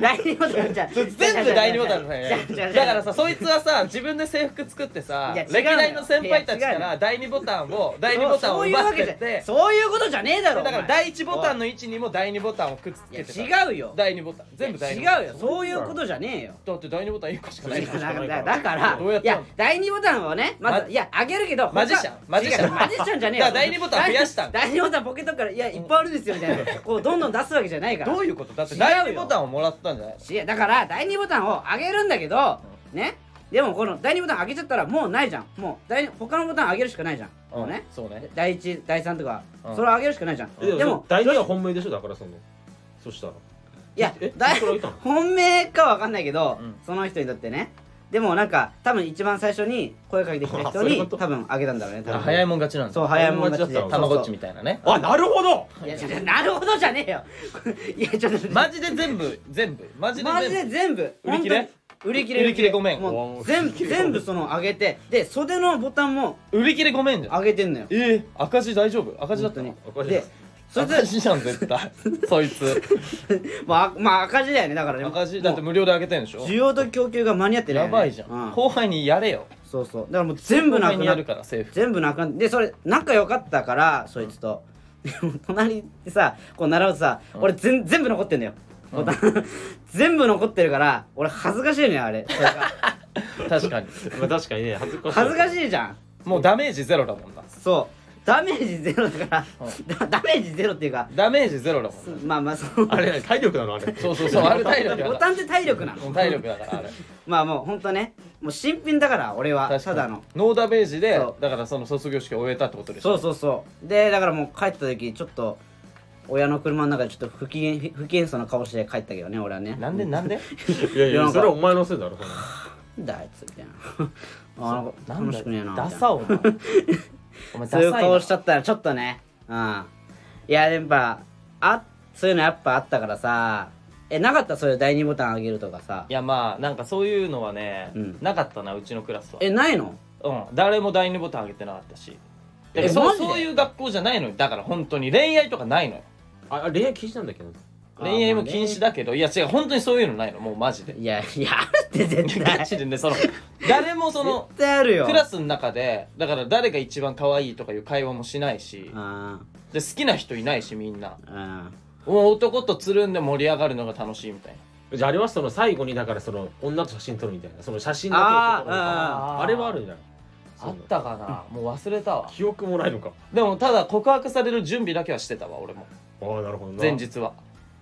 B: 第二ボタンじゃ
A: 全部第二ボタンだ
B: じゃ
A: ねだからさそいつはさ自分で制服作ってさ
B: いや違うの
A: 歴
B: よ
A: 代の先輩たちか
B: いや違う
A: ら第二ボタンを第二ボタンを
B: そういう
A: 奪
B: わ
A: って
B: けじ
A: っ
B: ゃ
A: て
B: そういうことじゃねえだろ
A: だから第一ボタンの位置にも第二ボタンをくっつ
B: い
A: けてた
B: や違うよ
A: 第二ボタン全部第
B: 違
A: 二
B: う
A: ボタン
B: よそういうことじゃねえよ
A: だって第二ボタン1個しかないい
B: や
A: から
B: だからだから
A: どうやっ
B: い
A: たの
B: や第二ボタンをねま
A: ま
B: ずいやあげるけど
A: マジシャン
B: 他
A: マジシャン
B: 違うマジシャンじゃねえよ
A: だから第二ボタン増やしたんだ
B: 第二ボタンポケットからいやいっぱいあるんですよみたいなこうどんどん出すわけじゃないから
A: どういうことだって
B: 違うよ
A: 第二ボタンをもらったんじゃない
B: いやだから第二ボタンを上げるんだけどねでもこの第二ボタン上げちゃったらもうないじゃんもう第二他のボタン上げるしかないじゃん、もうね
A: そうね
B: 第一第三とか、
A: うん
B: それを上げるしかないじゃん、
D: え
B: でも
D: 大事は本命でしょだからそのそしたら
B: いや
D: え
B: だい
D: それはいたの
B: 本命かわかんないけど、
A: うん
B: その人にとってねでもなんか多分一番最初に声かけてきた人
D: そういう
B: に
D: こと
B: 多分上げたんだろうね多
A: あ
B: 分
A: 早いもん勝ちなん
B: そう
A: だ
B: 早いもん勝ちで
D: そう
A: たまごっち
B: み
A: みたいなね
D: あなるほど
B: たいやちょなるほどじゃねえよ いやちょっと
A: マジで全部全部マジで
B: マジで
A: 全部
B: 全部
A: 売り切れ
B: 本当に売り切れ
A: 売り切れごめん
B: も
D: お
B: う
D: ー
B: 全部全部その上げてで袖のボタンも
A: 売り切れごめんじゃん
B: 上げてんのよ
A: ええ赤字大丈夫赤字だったの
D: 赤字
B: で そい
A: 赤
B: つ
A: 字じゃん絶 対そいつ
B: まあまあ赤字だよねだからね
A: 赤字だって無料であげてんでしょ
B: 需要と供給が間に合ってな
A: や
B: いよね
A: ばいじゃ
B: うん
A: ん後輩にやれよ
B: そうそうだからもう全部な
A: 後輩
B: く
A: にや
B: な
A: る
B: る
A: から制服
B: 全部なくなってでそれ仲良かったからそいつとでも隣でさこう習うとさ俺全全部残ってんだよボタン 全部残ってるから俺恥ずかしいのよあれそれが
A: 確かに
D: まあ確かにね恥ずかしい
B: 恥ずか
D: い
B: しいじゃん
A: もうダメージゼロだもんな
B: そうダメージゼロだから ダメージゼロっていうか
A: ダメージゼロだもんな
B: まあまあそう
D: あれ体力なのあれ
A: そうそうそうあれ体力
B: ボ
A: だか
B: タンって体力な
A: ら
B: の
A: 体力だからあれ
B: まあもうほんとねもう新品だから俺は
A: 確か
B: た
A: に
B: だの
A: ノーダメージで
B: そう
A: だからその卒業式を終えたってことでしょ
B: そうそうそうでだからもう帰った時ちょっと親の車の中でちょっと不機嫌不機嫌そうな顔して帰ったけどね俺はね
A: なんでなんで
D: いやい
B: なん
D: や
B: か
D: それはお前のせいだろそれ
B: なんだあいつみたいなあなんか
A: なん
B: 楽
A: だ
B: しくねえなみたい
A: ダ
B: な
A: サお 前お前ダサ
B: そうい
A: いうな
B: 顔しちゃったらちょっとねうんいややっぱあそういうのやっぱあったからさえなかったそういう第二ボタンあげるとかさ
A: いやまあなんかそういうのはね、
B: うん
A: なかったなうちのクラスは
B: えないの
A: うん誰も第二ボタンあげてなかったし
B: え
A: そ
B: マ
A: う
B: ジで
A: そういう学校じゃないのよだから本当に恋愛とかないのよ
D: ああ恋愛禁止なんだっけど
A: 恋愛も禁止だけどいや違う本当にそういうのないのもうマジ で
B: いやいやあるって絶対
A: ガチでねその誰もその
B: 絶対あるよ
A: クラスの中でだから誰が一番可愛いとかいう会話もしないし
B: あ
A: で好きな人いないしみんな
B: ああ
A: もう男とつるんで盛り上がるのが楽しいみたいな
D: じゃあありますその最後にだからその女と写真撮るみたいなその写真だけ撮ると
B: あ
D: かあれはあるんじゃない
A: あったかなもう忘れたわ
D: 記憶もないのか
A: でもただ告白される準備だけはしてたわ俺も
D: ああなるほどな
A: 前日は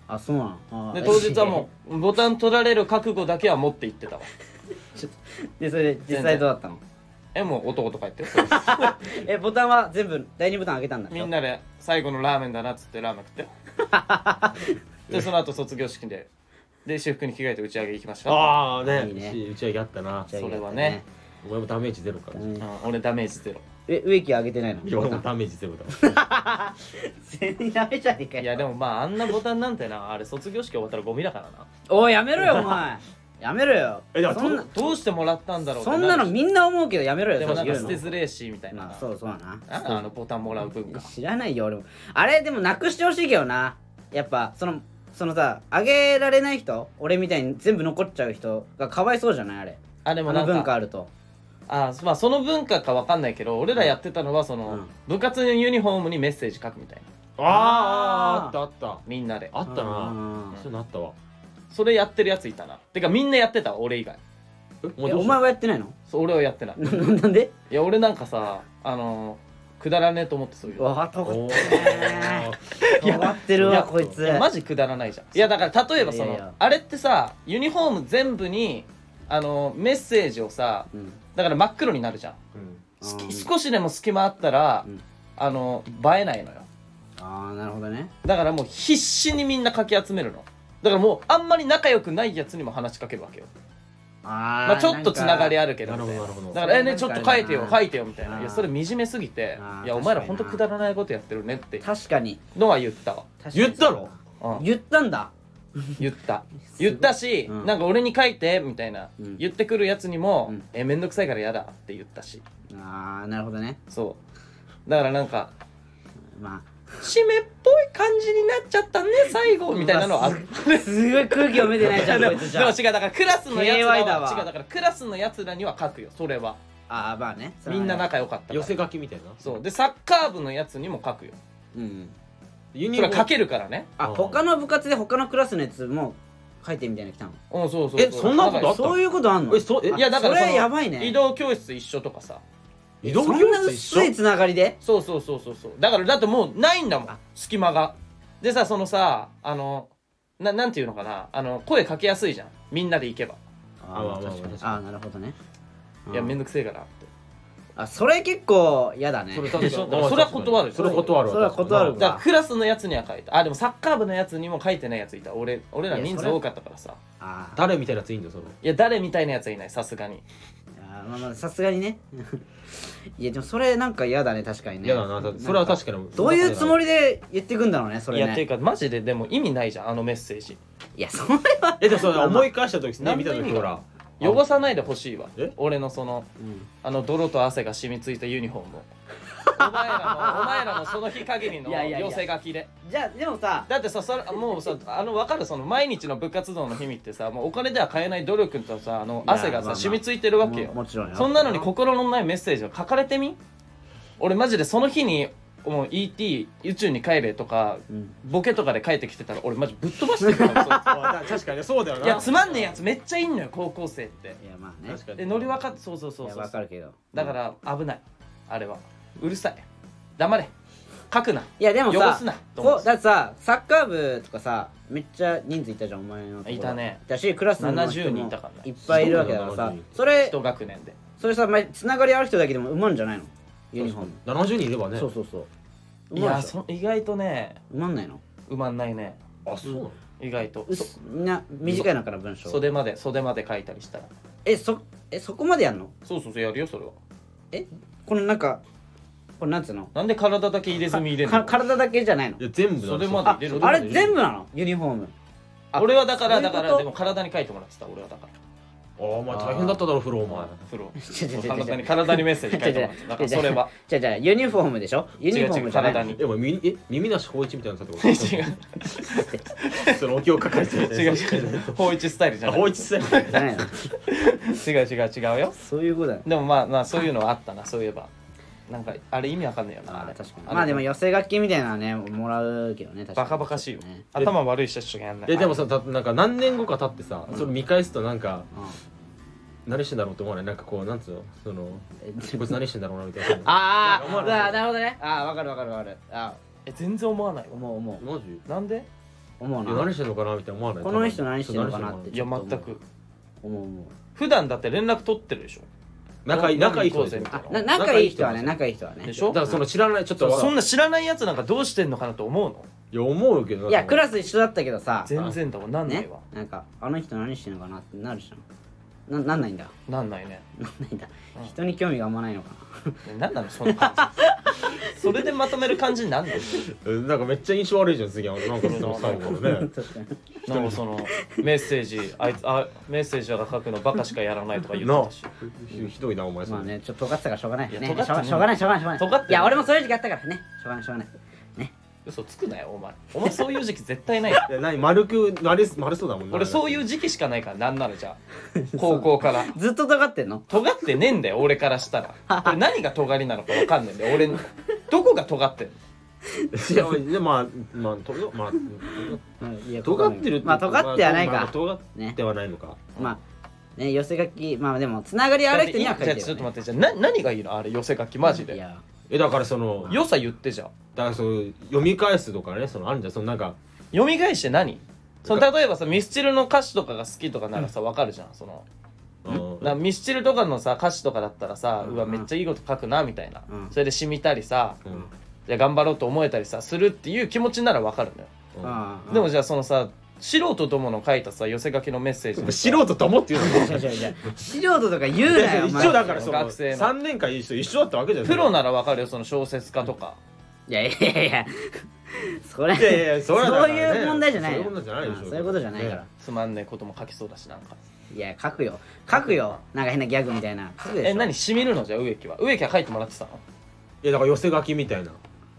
B: あそうなのあ
A: で
B: ー
A: 当日はもうボタン取られる覚悟だけは持って行ってたわ
B: でそれで実際どうだったの
A: えもう男とか言って
B: えボタンは全部第二ボタン開けたんだ
A: みんなで最後のラーメンだなっつってラーメン食って でその後卒業式でで私服に着替えて打ち上げ行きました
D: ああね
B: いいね
D: し打ち上げあったな
B: じゃあ
A: それはね
D: お前もダメージゼロか
B: う
D: ら
A: うんん、俺ダメージゼロ
B: え植木は開けてないの
D: いや俺もダメージゼロだわ
B: 全然ダメじゃねえかよ
A: いやでもまああんなボタンなんてなあれ卒業式終わったらゴミだからな
B: おいやめろよお 前やめろよ
D: えでも
B: そんな
A: どうしてもらったんだろうって
B: そんなの
A: るし
B: みんな思うけどやめろよ
A: でも
B: そ
A: な
B: うんい
A: か
B: う
A: 捨
B: の
A: てずれえしみたいな、
B: まあそうそうな
A: なんだあのボタンもらう文化
B: 知らないよ俺もあれでもなくしてほしいけどなやっぱそのそのさあげられない人俺みたいに全部残っちゃう人がかわいそうじゃないあれ
A: あで
B: あ
A: もな
B: の
A: んか
B: 文化あると
A: あまあその文化かわかんないけど俺らやってたのはその、
B: うん
A: 部活のユニフォームにメッセージ書くみたいな
D: あーあーあったあった
A: みんなで
D: あったな
B: な
D: そういうのあったわ
A: それやってるやついたなてかみんなやってた俺以外
D: えお
B: え
D: どう
B: お
D: した
B: 前はやってないの
A: そう俺はやってない
B: ななんで
A: いや俺なんかさあのー、くだらねえと思ってそういう
B: わとが
D: お
B: っ
D: ー
B: とがってる
A: いや
B: わこいつ
A: いやマジくだらないじゃんいやだから例えばその
B: いやいや
A: あれってさユニフォーム全部にあのーメッセージをさ
B: うん
A: だから真っ黒になるじゃん
D: うん
A: す
B: うん
A: き少しでも隙間あったら、
B: うん
A: あのー映えないのよ
B: ああなるほどね
A: だからもう必死にみんなかき集めるのだからもうあんまり仲良くないやつにも話しかけるわけよ
B: あ
A: ま
B: ー
A: あ、ちょっとつながり
B: なんか
A: あるけど
D: なるほど
A: みたい
D: なるほど
A: だから「えね
B: そ
A: ち
B: れ
A: ょ
B: な
A: っ
B: ん
A: と
B: かあ
A: 書
B: れ
A: い
B: だな
A: てよ書いてよ」みたい
B: あ
A: な「
B: ー
A: いやそれ惨めすぎて
B: あー
A: いやお前らほんとくだらないことやってるね」って
B: 確かに
A: のは言ったわ、
B: 確かに
D: 言ったろ
A: うん、
B: 言ったんだ
A: 言った言ったし、
B: うん
A: なんか俺に書いてみたいな、
B: うん
A: 言ってくるやつにも「
B: うん
A: えめんどくさいからやだ」って言ったし
B: ああなるほどね
A: そうだからなんか
B: ま
A: 締めっぽい感じになっちゃったね最後
B: あ
A: みたいなのはあ
B: う
A: っ
B: わすすごい空気読めてないじゃ ん
A: で
B: こ
A: も
B: いつじ
A: でも
B: ゃ
A: 違うだからクラスのやつら
B: KY だ
A: は
B: わ
A: 違うだからクラスのやつらには書くよそれは
B: ああーまあね
A: みんな仲良かったから
D: 寄せ書きみたいな
A: そうでサッカー部のやつにも書くよ
B: うん
D: ユ
A: そ
D: ニ
A: れ
D: フォ
A: は
D: ー
A: 書
D: ム
A: けるからね
B: あ
D: うん
B: 他の部活で他のクラスのやつも書いてみたいなの来たの
A: うんそうそう
D: えそんなことあった
B: そういうことあんの
D: えそうえ
B: あ
A: いやだから
B: そ
A: そ
B: れ
A: の
B: やばいね
A: 移動教室一緒とかさ
D: 移
B: そ
D: 動
B: ん
D: 教
B: な
D: 室一緒
B: 薄いつながりで
A: そうそうそうそうそうだからだってもうないんだもん隙間がでさそのさあのななんていうのかなあの声かけやすいじゃんみんなで行けば、
D: あまあまあ
B: 確かに
D: 確かに
B: あーなるほどね
A: いやめん
B: ど
A: どくせえからって
B: あそれ結構嫌だね
D: それ
A: でしょだからそれは断るよ
D: それは断るわ
B: それは断るわ
A: だからクラスのやつには書いたあでもサッカー部のやつにも書いてないやついた俺俺ら人数多かったからさ
B: あー
D: 誰みたいなやついいんだよその
A: いや誰みたいなやつはいないさすがに
B: あーまあまあさすがにね いやでもそれなんか嫌だね確かにね
D: 嫌だなだってそれは確かに
B: どういうつも
D: り
B: りで言ってくんだろうねそ
A: い
B: れ
A: やってい
B: ね
A: うかマジででも意味ないじゃんあのメッセージ
B: いやそれは
D: えでもそれ思い返した時
A: な
D: ね
A: ん
D: 見
A: で
D: た時ほら
A: 汚さないでほしいわ
D: え
A: 俺のその
B: うん
A: あの泥と汗が染みついたユニフォーム をお前らのお前らのその日限りの
B: いやいやいや
A: 寄せ書きで
B: じゃあでもさ
A: だってさそれもうさあの分かるその毎日の部活動の日々ってさもうお金では買えない努力とさあの
B: いや
A: 汗がさ、
B: まあまあ
A: 染みついてるわけよ
B: ももちろんよ
A: そんなのに心のないメッセージを書かれてみ俺マジでその日にもう ET 宇宙に帰れとか
B: うん
A: ボケとかで帰ってきてたら俺マジぶっ飛ばしてるから
D: あ確かにねそうだよ
A: そ う
D: な
A: いやつまんねえ やつめっちゃいんのよ高校生って
B: いやまあね
D: 確かに
A: でノリ分かっそうそう
B: い
A: そう
B: や
A: そう
B: わかるけど
A: だから危ないあれはうるさい黙れ書くない
B: やでもさ
A: 汚すなと思う
B: こうだってさサッカー部とかさめっちゃ人数いたじゃんお前のところ
A: いたね
B: いたしクラスの
A: 70人いたからね
B: いっぱいいるわけだから
D: そう
B: さ
D: だよ70
B: それ
A: 一学年で
B: それさつながりある人だけでもうまいんじゃないのユニフォーム
D: 70人いればね
B: そうそうそうう
A: い
B: まい
A: や
B: でしょ
A: そ意外とね
B: うまんないの
A: 埋まんないね
D: あそうなの
A: 意外と
B: うすな短いのかな文章
A: 袖まで袖まで書いたりしたら
B: えそえそこまでやんの
A: そうそうそうやるよそれは
B: このなんかこれなんつうの
A: なんで体だけ入れ墨入れる
B: か
A: の
B: 体だけじゃないの
D: いや全部
A: それま
B: あ
A: で入れる
B: あれ全部なのユニフォームあ
A: 俺はだから
B: そういう
A: だ
B: こと
A: からでも体に書いてもらってた俺はだから
D: あお前大変だっただろ風呂お前
A: 風呂
B: ちょちょちょちょ
A: 体に体にメッセージ書いてもらってただからそれは
B: じゃあじゃあユニフォームでしょユニフォームじゃない
A: 違う違う体に
D: えお前耳え耳なし芳一みたいなのさって こ
A: 違う
D: とそのお経を書かれてる
A: 違う違う法一スタイルじゃ
D: あ
A: ない違
D: 芳
A: う
D: 一 さん
B: じゃないの
A: 違う違うよ
B: そうい うことだよ
A: でもまあまあそういうのはあったなそういえばなんかあれ意味わかんないよなあ
B: あ
A: れ
B: ー確かにまあでも寄せ楽器みたいなのはねもらうけどね確かに
A: バカバカしいよ
B: ね
A: 頭悪い人しかやんない
D: えでもさたなんか何年後か経ってさそれ見返すとなんか
B: うん
D: 何してんだろうって思わないなんかこうなんつうのその
B: え
D: こいつ何してんだろうなみたいな
B: あ
D: 思わ
B: ー
D: ない
B: あーなるほどねああわかるわかるわかるあ
A: え全然思わない
B: ー
A: わ
B: 思う思う
D: マジ
A: なんで
B: 思う
D: い
B: な
D: や何してんのかなみたいな思わない
B: この人何してんのかなって
A: いや
B: ちょっと
A: 全く
B: 思う思う
A: 普段だって連絡取ってるでしょ
D: 仲いい仲いい人ですよ
A: 仲いい
B: あな仲いい人はね仲いい人はね
A: でし
D: だ
A: ょ
D: からその知らないちょっと
A: そんな知らないやつなんかどうしてんのかなと思うの
D: いや思うけど
B: いやク
D: ス
B: ラス一緒だったけどさ
A: 全然だわなんない
B: ね
A: わ
B: なんかあの人何してんのかなってなるじゃんななんないんだ
A: なんないね
B: なんないんだ
A: うん
B: 人に興味があんまないのかな
A: ねなんなのその感じそれでまとめる感じになん の
D: なんかめっちゃ印象悪いじゃん次はなんか その最後のね
B: 確かに
A: なんかそのメッセージあいつあメッセージが書くのバカしかやらないとか言ってたし
D: ひひどいなお前そ
B: ま
D: れ
B: あねちょっと尖ってたからしょうがない
A: いや
B: ねしょ
A: 尖
B: う
A: ってね
B: がしょうがないしょうがないしょうが
A: 尖
B: ない
A: ってね
B: いや俺もそういう時期あったからねしょうがないしょうがない
A: 嘘つくなよお前お前そういう時期絶対 ない
D: いや何丸く丸丸そうだもんな
A: 俺そういう時期しかないからなんならじゃあ高校から
B: ずっと尖ってんの
A: 尖ってねえんだよ俺からしたらこれ何が尖りなのかわかんねえんだよ俺のどこが尖ってんの
D: いやでまあまあとまあ
B: うんい や
D: 尖ってるって
B: まあ尖ってはない
D: まあ
B: か
D: 尖っ
B: ね
D: てはないのか
B: まあね寄せ書きまあでもつながりある人には書いてるよね
A: じゃあちょっと待ってじゃあな何がいいのあれ寄せ書きマジ
B: い
A: で
B: や
D: えだからその
A: 良さ言ってじゃん
D: だからそう読み返すとかねそのあるじゃんそのなんか
A: 読み返して何その例えばさミスチルの歌詞とかが好きとかならさわかるじゃんその
D: うん
A: なミスチルとかのさ歌詞とかだったらさ、
B: う
A: うんわめっちゃいいこと書くなみたいな、
B: うん
A: それで染みたりさ
D: うん
A: じゃあ頑張ろうと思えたりさするっていう気持ちならわかるのよ、
B: ああ
A: でもじゃあそのさ素人どもの書いたさ寄せ書きのメッセージ
D: 素人と思って言う
B: 違う
D: の
B: 違う違う素人とか言う
D: い
B: な
D: や
B: よお
D: 一
B: 前
D: 緒だからその
A: 学生の
D: 3年間一緒一緒だったわけじゃん
A: プロならわかるよその小説家とか、
B: いやいやいやい やそれ
D: いやいやいや
B: そ
D: それはだか
B: う
D: らね
B: いう問題じゃないよ
D: そういうことじゃないでしょ
B: うんそういうことじゃないから
D: ね
A: つまんねえことも書きそうだしなんか
B: いや書くよ書くよなんか変なギャグみたいな書くでしょ
A: え何しみるのじゃあ植木は植木は書いてもらってたの
D: いやだから寄せ書きみたいな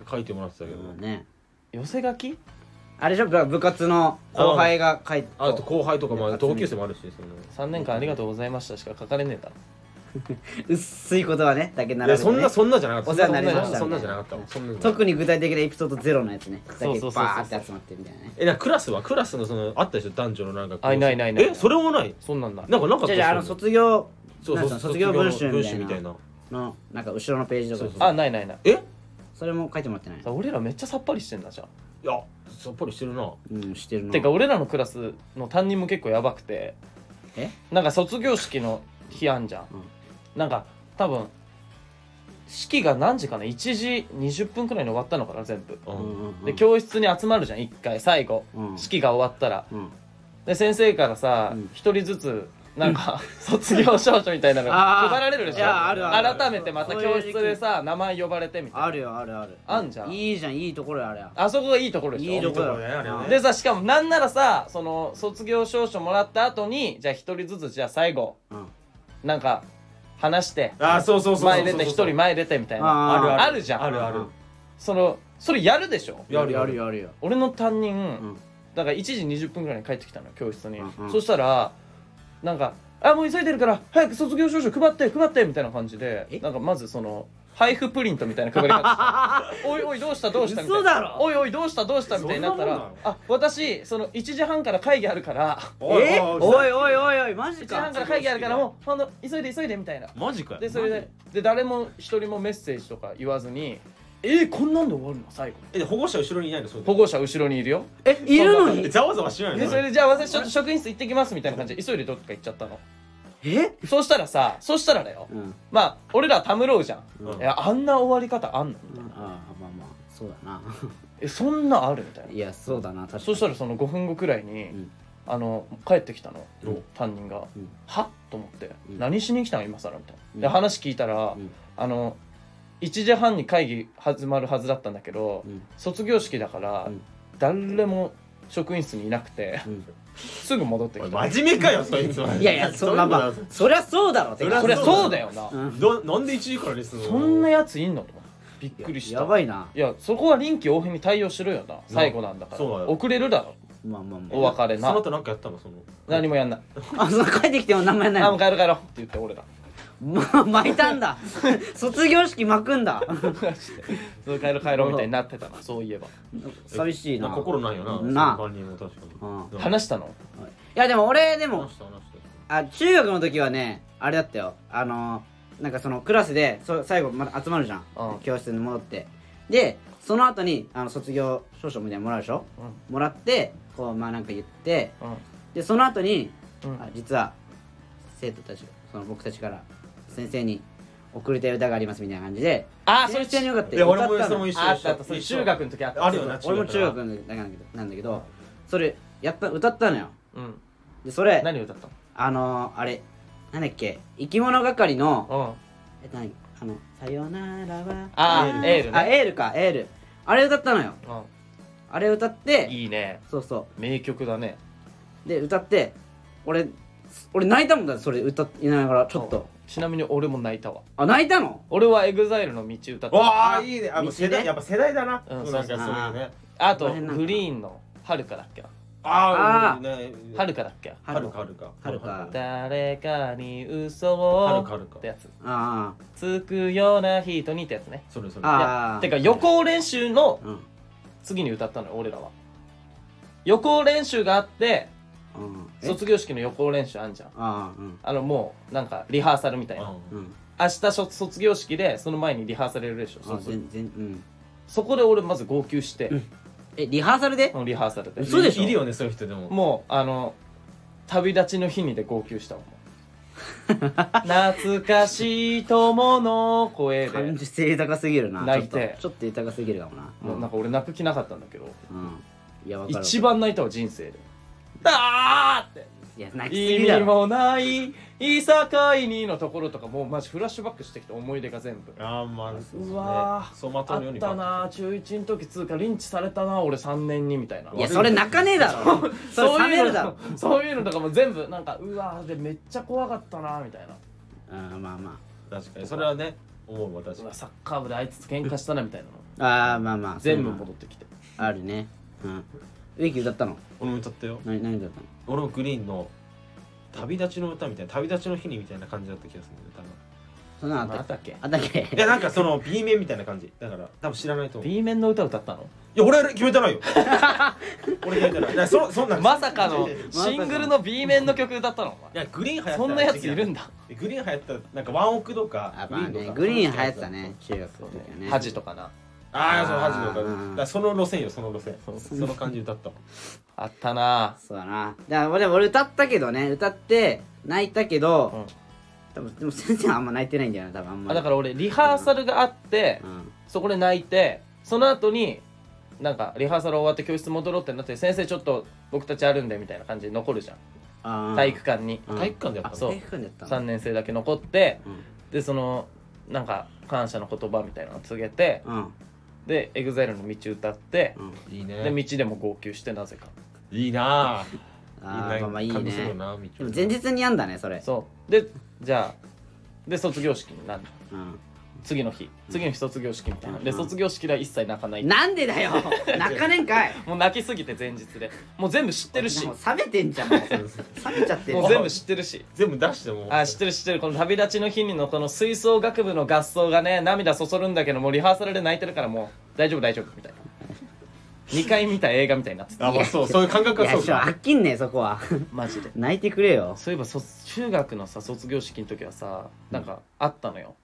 D: 書いてもらってたけど
B: うんね
A: 寄せ書き
B: あれでしょ部部活の後輩が書いて
D: あと後輩とかま
B: いや
D: あ同級生もあるしその
A: 3年間ありがとうございましたしか書かれねえだろ
B: 薄い言葉ねだけ並
D: い
B: べ
D: や
B: て
D: そん
B: ね
D: なそんなじゃなかった
B: お世話になり
A: ました
D: そんなじゃなかったそんなじゃなかった
B: 特に具体的なエピソードゼロのやつねだけ
A: そ
B: バ
A: うそうそうそう
B: ーって集まってみたいなね
D: えだからクラスはクラスのそのあったでしょ男女のなんかこう
A: あいないないない
D: えそれもない
A: そんなんない
D: なんかなかった
B: じゃあじゃああの
D: そう
B: 卒業
D: そう
B: なん
D: そう
B: か卒業文集みたいな
D: みたいな
B: のなんか後ろのページとか
D: そうそう
A: あないないない
D: え
B: それも書いてもらってない
A: さ俺らめっちゃさっぱりしてんなじゃあ
D: いやさっぱりしてるな
B: うんしてるの
A: てか俺らのクラスの担任も結構やばくて
B: え
A: なんか卒業式の日あんじゃん、なんか多分式が何時かな1時20分くらいに終わったのかな全部
D: う
B: うん
D: ん
B: うんうん
A: で教室に集まるじゃん1回最後、
B: うん
A: 式が終わったら
B: うん
A: で先生からさ
B: うん
A: 一、人ずつなんか、卒業証書みたいなの
B: あー
A: 配られるでし
B: い
A: ょ
B: やあるあるある
A: 改めてまた教室でさ名前呼ばれてみたいな
B: あるよあるある
A: あんじゃん
B: いいじゃんいいところよあれは
A: あそこがいいところでしょ
B: いいところ
D: いいところだよあれはね
A: でさしかもなんならさその卒業証書もらった後にじゃあ一人ずつじゃあ最後
B: うん
A: なんか話して
D: あそうそうそう
A: 前出て一人前出てみたいな
B: あー
A: あるじゃん
D: あるある
A: そのそれやるでしょ
D: いやあるよ
B: あるよあるよ
A: 俺の担任、
B: ん
A: だから1時20分ぐらいに帰ってきたのよ教室に、
B: うんうん
A: そしたらなんか「あもう急いでるから早く卒業証書配って配って」みたいな感じで
B: え
A: なんかまずその配布プリントみたいな配り方しておいおいどうしたどうした」みたい
B: 嘘
A: な
B: だろ
A: おいおいどうしたどうした」みたいになった
D: そんな
A: ら
D: もん
A: 「
D: な
A: あ私その1時半から会議あるから
B: えお
D: い
B: いおいおいおいマジ
A: 1時
B: か
A: 半から会議あるからもうほんと急いで急いで」みたいな
D: マジかよ
A: でそれでで誰も一人もメッセージとか言わずに「えー、こんなんで終わるの最後
D: え保護者後ろにいないのそういう
A: 保
D: の
A: 護者後ろにいるよ
B: えいるの
D: え
B: に
D: ざわざわしないの
A: でそれでじゃあ私ちょっと職員室行ってきますみたいな感じで急いでどっか行っちゃったの
B: え
A: そうしたらさそうしたらだよ
B: うん
A: まあ俺らたむろうじゃん、
D: うん
A: いやあんな終わり方あんの、
B: ああまあまあそうだな
A: えそんなあるみたいない
B: やそうだな確かに
A: そしたらその5分後くらいに、
B: うん
A: あの帰ってきたの、
D: うん
A: 担任が、
B: うん
A: はっと思って、
B: うん
A: 何しに来たの今更みたいな、で
B: うん
A: 話聞いたら、
B: うん
A: あの1時半に会議始まるはずだったんだけど、
B: うん
A: 卒業式だから、
B: うん
A: 誰も職員室にいなくて、
B: うん
A: すぐ戻って
D: お
A: き
D: い
A: た
D: 真面目かよそいつはい
B: やいや そ
D: ん
B: ま
D: な
B: あまあそりゃそうだろて
D: そりゃ
A: そりゃ
D: うだ
A: そうだよな、
B: うん
D: どなんで1時からレッスンを
A: そんなやついんのと思ってびっくりした
B: やばいない
A: やそこは臨機応変に対応しろよな最後なんだから
D: そうだよ
A: 遅れるだろ
B: まあまあまあ
A: お別れな
D: その後なんかやったのその
A: 何もやんない
B: あその帰ってきても名前ない
A: あもう
B: の
A: 帰ろう帰ろうって言って俺ら
B: まあ巻いたんだ 卒業式巻く んだ
A: そう帰ろう帰ろうみたいになってたなそういえば
B: 寂しいな
D: え心ないよな
B: な
D: その管理も確かに
B: うん
D: な
A: 話したの
B: いやでも俺でも
D: 話した話した
B: あ中学の時はねあれだったよあのーなんかそのクラスでそ最後また集まるじゃん、
A: うん
B: 教室に戻ってでその後にあの卒業証書みたいなのもらうでしょ
A: う
B: もらってこうまあなんか言って
A: ん
B: でその後に、
A: うんうん
B: あ実は生徒たちその僕たちから先生に遅れた歌がありますみたいな感じで
A: あそ
B: 先
A: れ
B: 生によかった
D: いや俺も
B: 歌った
D: それ
B: の
D: も一緒
A: あったあったそれ中学の時あった
D: あるよな
B: 俺も中学
D: だ
B: の時だけなんだけどなんだけどそれやった歌ったのよ
A: うん
B: でそれ
A: 何歌った
B: あのー、あれなんだっけ生き物係の
A: の
B: えっと何あの「さよならは」
A: あーエールね
B: あエールかエールあれ歌ったのよ
A: うんうん
B: あれ歌って
A: いいね
B: そうそ
A: 名曲だね
B: うで歌って俺俺泣いたもんだそれ歌いながらちょっと
A: ちなみに俺も泣いたわ
B: あ泣いたの
A: 俺は EXILE の道歌った
D: うわあいいねあもう世
B: 道
D: 代
B: ね
D: やっぱ世代だな
A: うん
D: そうなんかそういうね
A: あとグリーンの「はるか」だっけな
D: あ
B: あ
D: あね
A: はるかだっけな
D: はるかはるか
B: はるか
A: 誰かに嘘
D: は
A: を
D: るかはるか
A: ってやつ
B: あ
A: つくような人にってやつね
D: それそれ
B: あ
A: い
B: あ
A: や
B: あ
A: てか予行練習の
B: うん
A: 次に歌ったのよ俺らは予行練習があって
B: うんえ
A: 卒業式の予行練習あんじゃん
B: ああうん
A: あのもうなんかリハーサルみたいな
D: うん
B: うん
A: 明日卒卒業式でその前にリハーサルやるでしょ
B: あ
A: 卒
B: 全然うん
A: そこで俺まず号泣して、
B: えリハーサルで
A: このリハーサルで
B: 嘘でしょ
D: いるよねそういう人でも
A: もうあの旅立ちの日にで号泣したもん 懐かしい友の声で
B: 感受性豊かすぎるな
A: 泣いて
B: ちょっとちょっと豊かすぎるかもな
A: もうなんか俺泣く気なかったんだけど
B: うんいやわかる
A: 一番泣いたわ人生であーって
B: いや泣きす
A: 意
B: ぎだ
A: 味
B: ろ
A: もないいさかいにのところとかもうマジフラッシュバックしてきて思い出が全部
D: ああまあ
A: うわー
D: ソマ
A: あ
D: トのよう
A: っ
D: に
A: たな中1の時つうかリンチされたな俺3年にみたいない
B: やそれ泣かねえだろ それ冷めるだろ
A: のそういうのとかも全部なんかうわーでめっちゃ怖かったなみたいな
B: うんまあま
D: 確かにそれはね思う私
A: うわサッカー部であいつと喧嘩したなみたいなの
B: ああーまあまあ
A: 全部
B: そうだな
A: 戻ってきて
B: あるねうんウィキ歌ったの
D: 俺も歌ったよ
B: 何何歌ったの
D: 俺もグリーンの旅立ちの歌みたいな旅立ちの日にみたいな感じだった気がするんだよね
B: そんな
A: あ
B: のあ
A: っ
B: ったた
A: っけ
B: あったっけ
D: 多分いやなんかその B 面みたいな感じだから多分知らないと思うい
A: B 面の歌歌ったの
D: や俺は決め てないよ俺決めてないだからそそんな
A: まさか
D: い
A: の
D: やいやい
A: シングルの B 面の曲歌ったのお
D: やグリーン流行っ
A: 前
D: てた
A: そんなやついるんだ
D: グリーン流行ったなんかワンオクとか
B: あまあ
D: と
B: ね
D: か
B: グリーン流行ってたね中学の時はね
A: 恥とかな
D: ああそう
B: あー
D: ハジの歌だからその路線よその路線その感じ歌ったわ
A: あったな
B: そうだなだから俺俺歌ったけどね歌って泣いたけど多分でも先生はあんま泣いてないんだよな多分あんま
A: あ
B: り
A: だから俺リハーサルがあって
B: うん
A: そこで泣いてその後になんかリハーサル終わって教室戻ろうってなって先生ちょっと僕たちあるんでみたいな感じで残るじゃん
B: あー
A: 体育館に
B: うん
D: 体育館でやっ
B: あ
D: た
A: そう
B: 体育館でやったの
A: 3年生だけ残って
B: うん
A: でそのなんか感謝の言葉みたいなのを告げて
B: うん
A: で EXILE の道歌って
B: うん
D: いい
A: で
D: ね
A: 道でも号泣してなぜか
D: いいなあ
B: あーまあまあいいね
D: 感動するよ
B: で
D: なみちょ
B: も
D: ぱ
B: 前日にやんだねそれ
A: そうでじゃあで卒業式になる
B: うん
A: 次の日次の日卒業式みたいなで
B: うん
A: 卒業式では一切泣かない
B: なんでだよ泣かねんかい
A: もう泣きすぎて前日でもう全部知ってるし
B: も
A: も
B: う冷めてんじゃんもう冷めちゃってる
A: う全部知ってるし
D: 全部出しても
A: あ知ってる知ってるこの旅立ちの日にのこの吹奏楽部の合奏がね涙そそるんだけどもうリハーサルで泣いてるからもう大丈夫大丈夫みたいな2回見た映画みたいになってた
D: あまあそうそういう感覚
B: い
D: はそ
B: や
D: う
B: ちょ
D: か
B: あっきんねそこは
A: マジで
B: 泣いてくれよ
A: そういえば卒中学のさ卒業式の時はさなんかあったのよ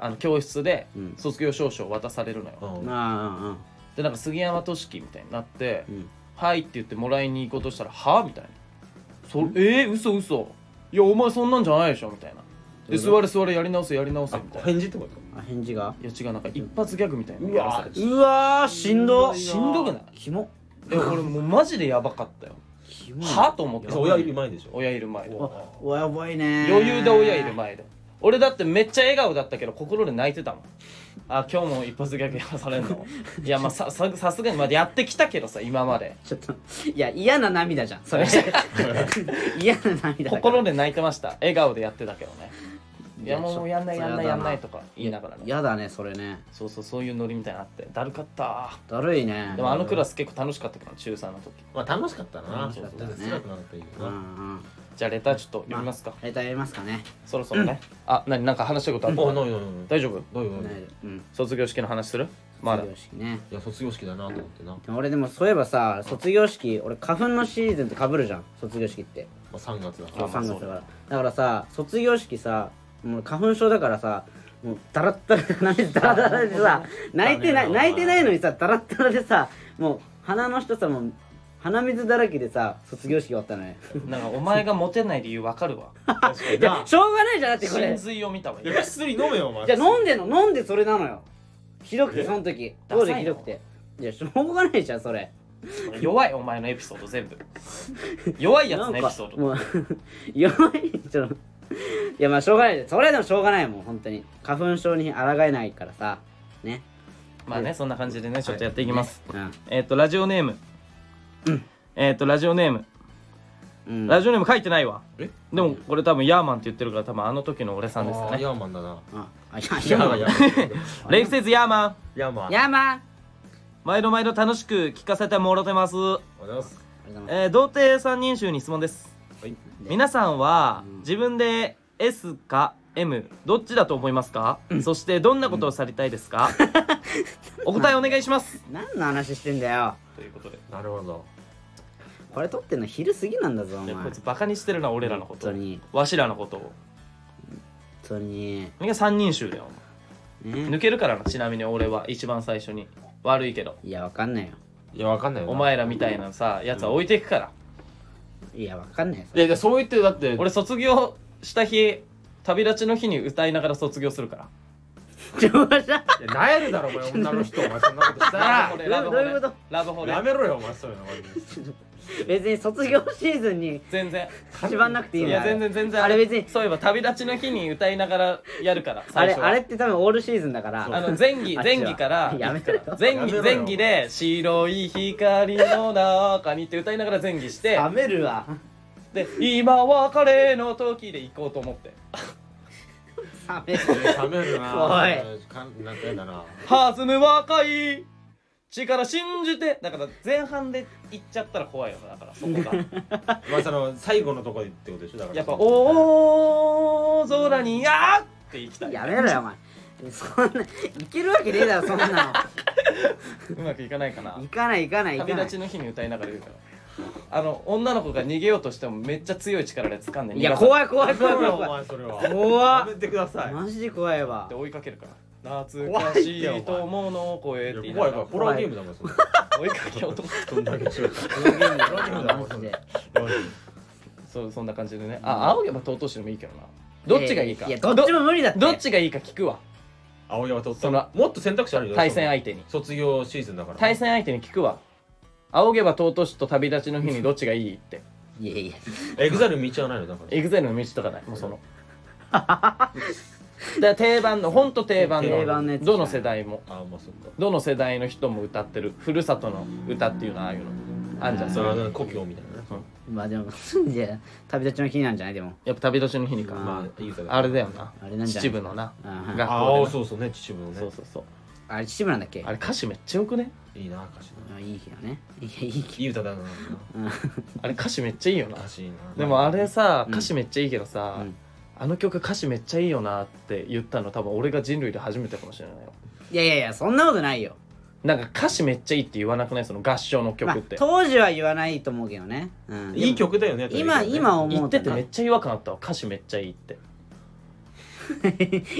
A: あの教室で
B: うん
A: 卒業証書を渡されるのよ、
D: うん
B: あ
A: でなんか杉山俊樹みたいになって
B: うんうんうん
A: 「はい」って言ってもらいに行こうとしたら「はみたいな「そえー、嘘嘘いやお前そんなんじゃないでしょ」みたいなで座れ座れやり直せやり直せ
D: あ
A: みたいな
D: 返事ってこと
B: あ返事が
A: いや違うなんか一発ギャグみたいなの
D: う
A: やらさ
D: わ
A: れて
B: うわーしんど
A: しんどくない
B: キモ
A: え俺もうマジでやばかったよ
B: キモい
A: はと思っ
D: い
A: て
D: やそう親指前でしょ
A: 親いる前で
D: うわ
B: あ親やばいね
A: 余裕で親いる前で俺だってめっちゃ笑顔だったけど心で泣いてたもんあ今日も一発ギャグやらされん のいやまあさささすがにまあやってきたけどさ今まで
B: ちょっといや嫌な涙じゃん それ嫌な涙だから
A: 心で泣いてました笑顔でやってたけどねいや
B: いやち
A: も
B: ょ
A: うやんないやん
B: そ
A: ないや
B: れやだ
A: ん
B: な
A: ないとか言いながらね
B: 嫌だねそれね
A: そうそうそういうノリみたいなのあってだるかった
B: だるいね
A: でもあのクラス結構楽しかったから中3の時
D: まあ楽しかったな
B: 楽しかったね
D: そうそう辛くなかったらいい
B: うん
D: よ
B: う
D: なん
A: じゃあレターちょっと読みますか、
B: あレターやりますかね
A: そろそろね、あなになんか話したいことある、
D: あないないない
A: 大丈夫
D: ないよ
B: な
D: ないいよ
B: でうん
A: 卒業式の話するまだ
B: 卒業式ね
D: いや卒業式だなと思ってな、ま
B: でも俺でもそういえばさ卒業式俺花粉のシーズンとかぶるじゃん卒業式って
D: あ、3月だか
A: あ
B: そう
D: ら
A: まあ
B: 3月だか
A: そう
B: らだからさ卒業式さもう花粉症だからさもうダラッダラで鼻水ダラダラでさ泣いてない泣いてないのにさダラッダラでさもう鼻の人さもう鼻水だらけでさ卒業式終わったのね
A: なんかお前がモテない理由わかるわ
D: 確かに
B: いや
D: な
B: しょうがないじゃんだってこ
A: 真
B: れ
A: 髄を見たわ
D: いや薬飲めよお前
B: じゃあ飲んでんの飲んでそれなのよひどくてその時
A: ダサい
B: 当
A: な
B: 時ひどくていやしょうがないじゃんそれ
A: 弱いお前のエピソード全部弱いや
B: な
A: つ
B: ん
A: のエ
B: か
A: ピソード
B: もう 弱いちょっといやまあしょうがないそれでもしょうがないもん本当に花粉症に抗えないからさね
A: まあねそんな感じでねちょっとやっていきます、
B: うん
A: えっ、とラジオネーム、えっ、とラジオネーム
B: うん
A: ラジオネーム書いてないわ
D: え
A: でもこれ多分ヤーマンって言ってるから多分あの時の俺さんですよ
D: あー
A: ね
D: ヤーマンだな
B: あ、あ、いや、い
D: ヤー
B: や、
D: マン
B: い
D: ヤ
B: や、
D: ーマン
A: レイフセイズヤーマン
D: ヤーマンあ
B: やま。あ
A: 毎度毎度楽しく聞かせてもろてます、
D: りがとうございます
B: りがとうございます
A: えー、童貞三人衆に質問です
D: はい
A: 皆さんは
B: うん
A: 自分で S か M どっちだと思いますか、そしてどんなことをされたいですか、お答えお願いし ます
B: 何の話してんだよ。
A: ということで
D: なるほど
B: これ撮ってんの昼過ぎなんだぞ、お
A: で
B: 前。
A: こいつ
B: 本
A: バカにしてるな俺らのこと
B: 当に、
A: わしらのことを
B: 本当に。
A: それが三人衆だよお前
B: ね。
A: 抜けるからなちなみに俺は一番最初に悪いけど
B: いや、わかんないよ。
D: いやわかんないよな
A: お前らみたいなさやつは置いていくから、
B: いや、わかんないよ。
D: いやいやそう言ってだって
A: 俺卒業した日旅立ちの日に歌いながら卒業するから
B: ちょ、わしゃ。
D: いやなえるだろお前女の人お前そんなことし た
A: ラブホ
D: ら
A: でラブホ
B: どういう
A: で
B: こと
A: ラブホで
D: やめろよお前そういうのマジで
B: 別に卒業シーズンに
A: 全然
B: 縛んなくていいの
A: いや全然全然
B: あれ別に
A: そういえば旅立ちの日に歌いながらやるから
B: あ
A: 最
B: れ、
A: 初は
B: あれって多分オールシーズンだから。
A: あの前儀
B: あっち
A: 前
B: は
A: 儀から
B: やめ ろよ
A: 前
D: やめ
A: 儀
D: ろよ
A: 前儀で「白い光の中に」って歌いながら前儀して
B: 冷めるわ。
A: で「今別れの時」で行こうと思って
B: 冷める。
D: 冷めるな
B: お
D: いかんなんかやだな
A: 「弾む若い力信じて」だから前半で行っちゃったら怖いよなだからそこ が
D: まあその最後のとこってことでしょだから
A: やっぱ「大空にあーって行きたい
B: やめろよ、お前。そんな、いけるわけねえだろ、そんな
A: うまくいかないかな
B: の。行かない、行かない、行
A: 旅
B: かな
A: 立ち
B: い。
A: の日に歌いながら言うからあの女の子が逃げようとしてもめっちゃ強い力で掴んで逃
B: い
A: げ
B: や、
A: い
B: 怖い、怖い、
D: それ
B: 怖い、怖い
D: はお
B: 怖
D: 前それ
B: い。
D: は
B: 怖
D: や
B: っ
D: めてください
B: マジで怖いわ
A: で。追いかけるから懐かしい友の声って
D: い
A: 言
D: や
A: いなが
D: 怖いか
A: ら
D: らホラーゲームだもんそれ
A: 追いかけようと思って
D: そんだけ違う
B: マジで。
A: そうそんな感じでねあ青山尊氏でもいいけどなどっちがいいか
B: やどっちも無理だって
A: どっちがいいか聞くわ
D: 青山と
A: その
D: もっと選択肢あるよ
A: 対戦相手に
D: 卒業シーズンだから
A: 対戦相手に聞くわ仰げば尊しと旅立ちの日にどっちがいいって
B: いやいや
D: エグザイル道はないよだから
A: エグゼルの道とかないもうそ のだから定番のほんと定番の
B: 定番のやつ
A: どの世代も
D: ああまあそっか
A: どの世代の人も歌ってるふるさとの歌っていうのああいうのあんじゃんそ
D: そ
A: れ
D: れ
A: は
D: は故郷みたいなね
B: まあでもいや旅立ちの日なんじゃないでも
A: やっぱ旅立ちの日にか、
B: ま
D: まあいい歌
A: あ、れだよな
B: あれなんじゃない
A: 秩父のな学校で
B: あー
A: な
D: ああそうそうね秩父の
A: そ
D: ね
A: うそうそう
B: あれ秩父なんだっけ
A: あれ歌詞めっちゃよくね
D: いいな歌詞
B: あいい日だね いやいい日
D: いい歌だな
A: あれ歌詞めっちゃいいよな
D: 歌詞いいな
A: でもあれさ
B: うん
A: 歌詞めっちゃいいけどさ、
B: うん
A: あの曲歌詞めっちゃいいよなって言ったの多分俺が人類で初めてかもしれないよ
B: いやいやいやそんなことないよ、
A: なんか歌詞めっちゃいいって言わなくないその合唱の
B: まあ
A: 曲って、
B: 当時は言わないと思うけどね、うん、
D: いい曲だよね
B: でも今今思
A: 言
B: う
A: っ
B: と
A: ててめっちゃ違和感あったわ歌詞めっちゃいいって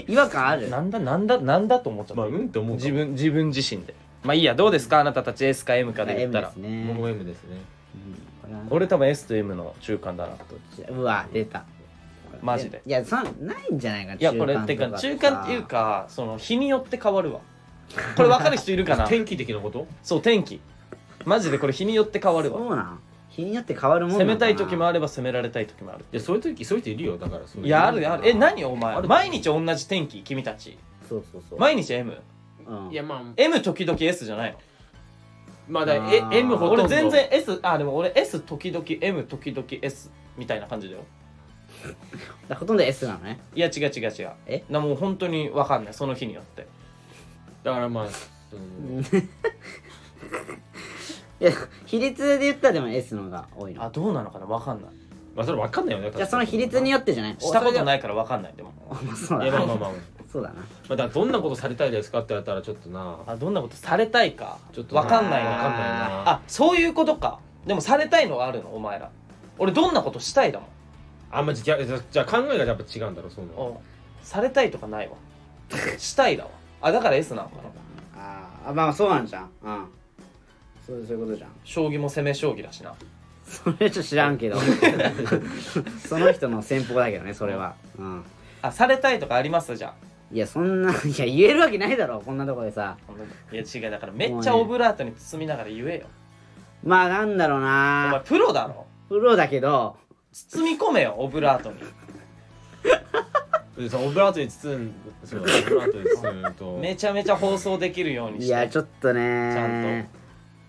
B: 違和感ある
A: なんだなんだなんだと思っちゃった、
D: まあうんって思うか
A: 自分自分自身でまあいいやどうですかあなたたち S か M かで言っ
B: M
A: た
B: で
A: ら
B: すね
D: 僕も M ですね
B: うんこれは
A: 俺多分 S と M の中間だなと
B: うわ出たこ
A: マジで
B: いやそんないんじゃないか
A: いやこれってか中間っていうかその日によって変わるわこれ分かる人いるかな
D: 天気的なこと
A: そう天気マジでこれ日によって変わるわ
B: そうなん日によって変わるもんな
A: 攻
B: んだ
A: め
B: な
A: たい時もあれば攻められたい時もある
D: いやそういう時そういう人いるよだからそういう
A: いやあるよあるえ何お
D: あ
A: 前
D: る
A: 毎日同じ天気君たち
B: そうそうそう、
A: 毎日 M
B: うん
D: いやまあ
A: M 時々 S じゃないの
D: まあだ
B: あ
D: え
B: ー
D: M ほとんど
A: 俺全然 S あでも俺 S 時々 M 時々 S みたいな感じだよ
B: だからほとんど S なのね
A: いや違う違う違う
B: え
A: なもう本当に分かんないその日によって
D: だからまあその
B: いや比率で言ったらでも S の方が多い
A: あ
B: の
A: どうなのかな分かんない
D: まあそれわかんないよね
B: じゃあその比率に
D: よ
B: よってじゃない
A: したこと
B: い
A: ないから分かんないでも
B: そう
D: っ
B: だ
D: てまあま
B: な
D: あまあま
B: そうだな
D: あだからどんなことされたいですかって言われたらちょっとな
A: あどんなことされたいか
D: ちょっとな
A: 分かんないな
D: わかんないな
A: あそういうことかでもされたいのはあるのお前ら俺どんなことしたいだもん
D: あんまじじゃじゃじゃあ考えがやっぱ違うんだろその
A: うんされたいとかないわ したいだわあだから S なのかな
B: あーあまあそうなんじゃんうんそうそういうことじゃん
A: 将棋も攻め将棋だしな
B: それちょっと知らんけ どその人の戦法だけどねそれはうん
A: あされたいとかありますじゃ
B: いやそんないや言えるわけないだろこんなとこでさ
A: あいや違うだからめっちゃオブラートに包みながら言えよ
B: まあなんだろう
A: お前
B: な
A: プロだろ
B: プロだけど
A: 包み込めよオブラートに
D: でそのオブラートに包ん そうオブラートに包むと
A: めちゃめちゃ放送できるようにして
B: いやちょっとね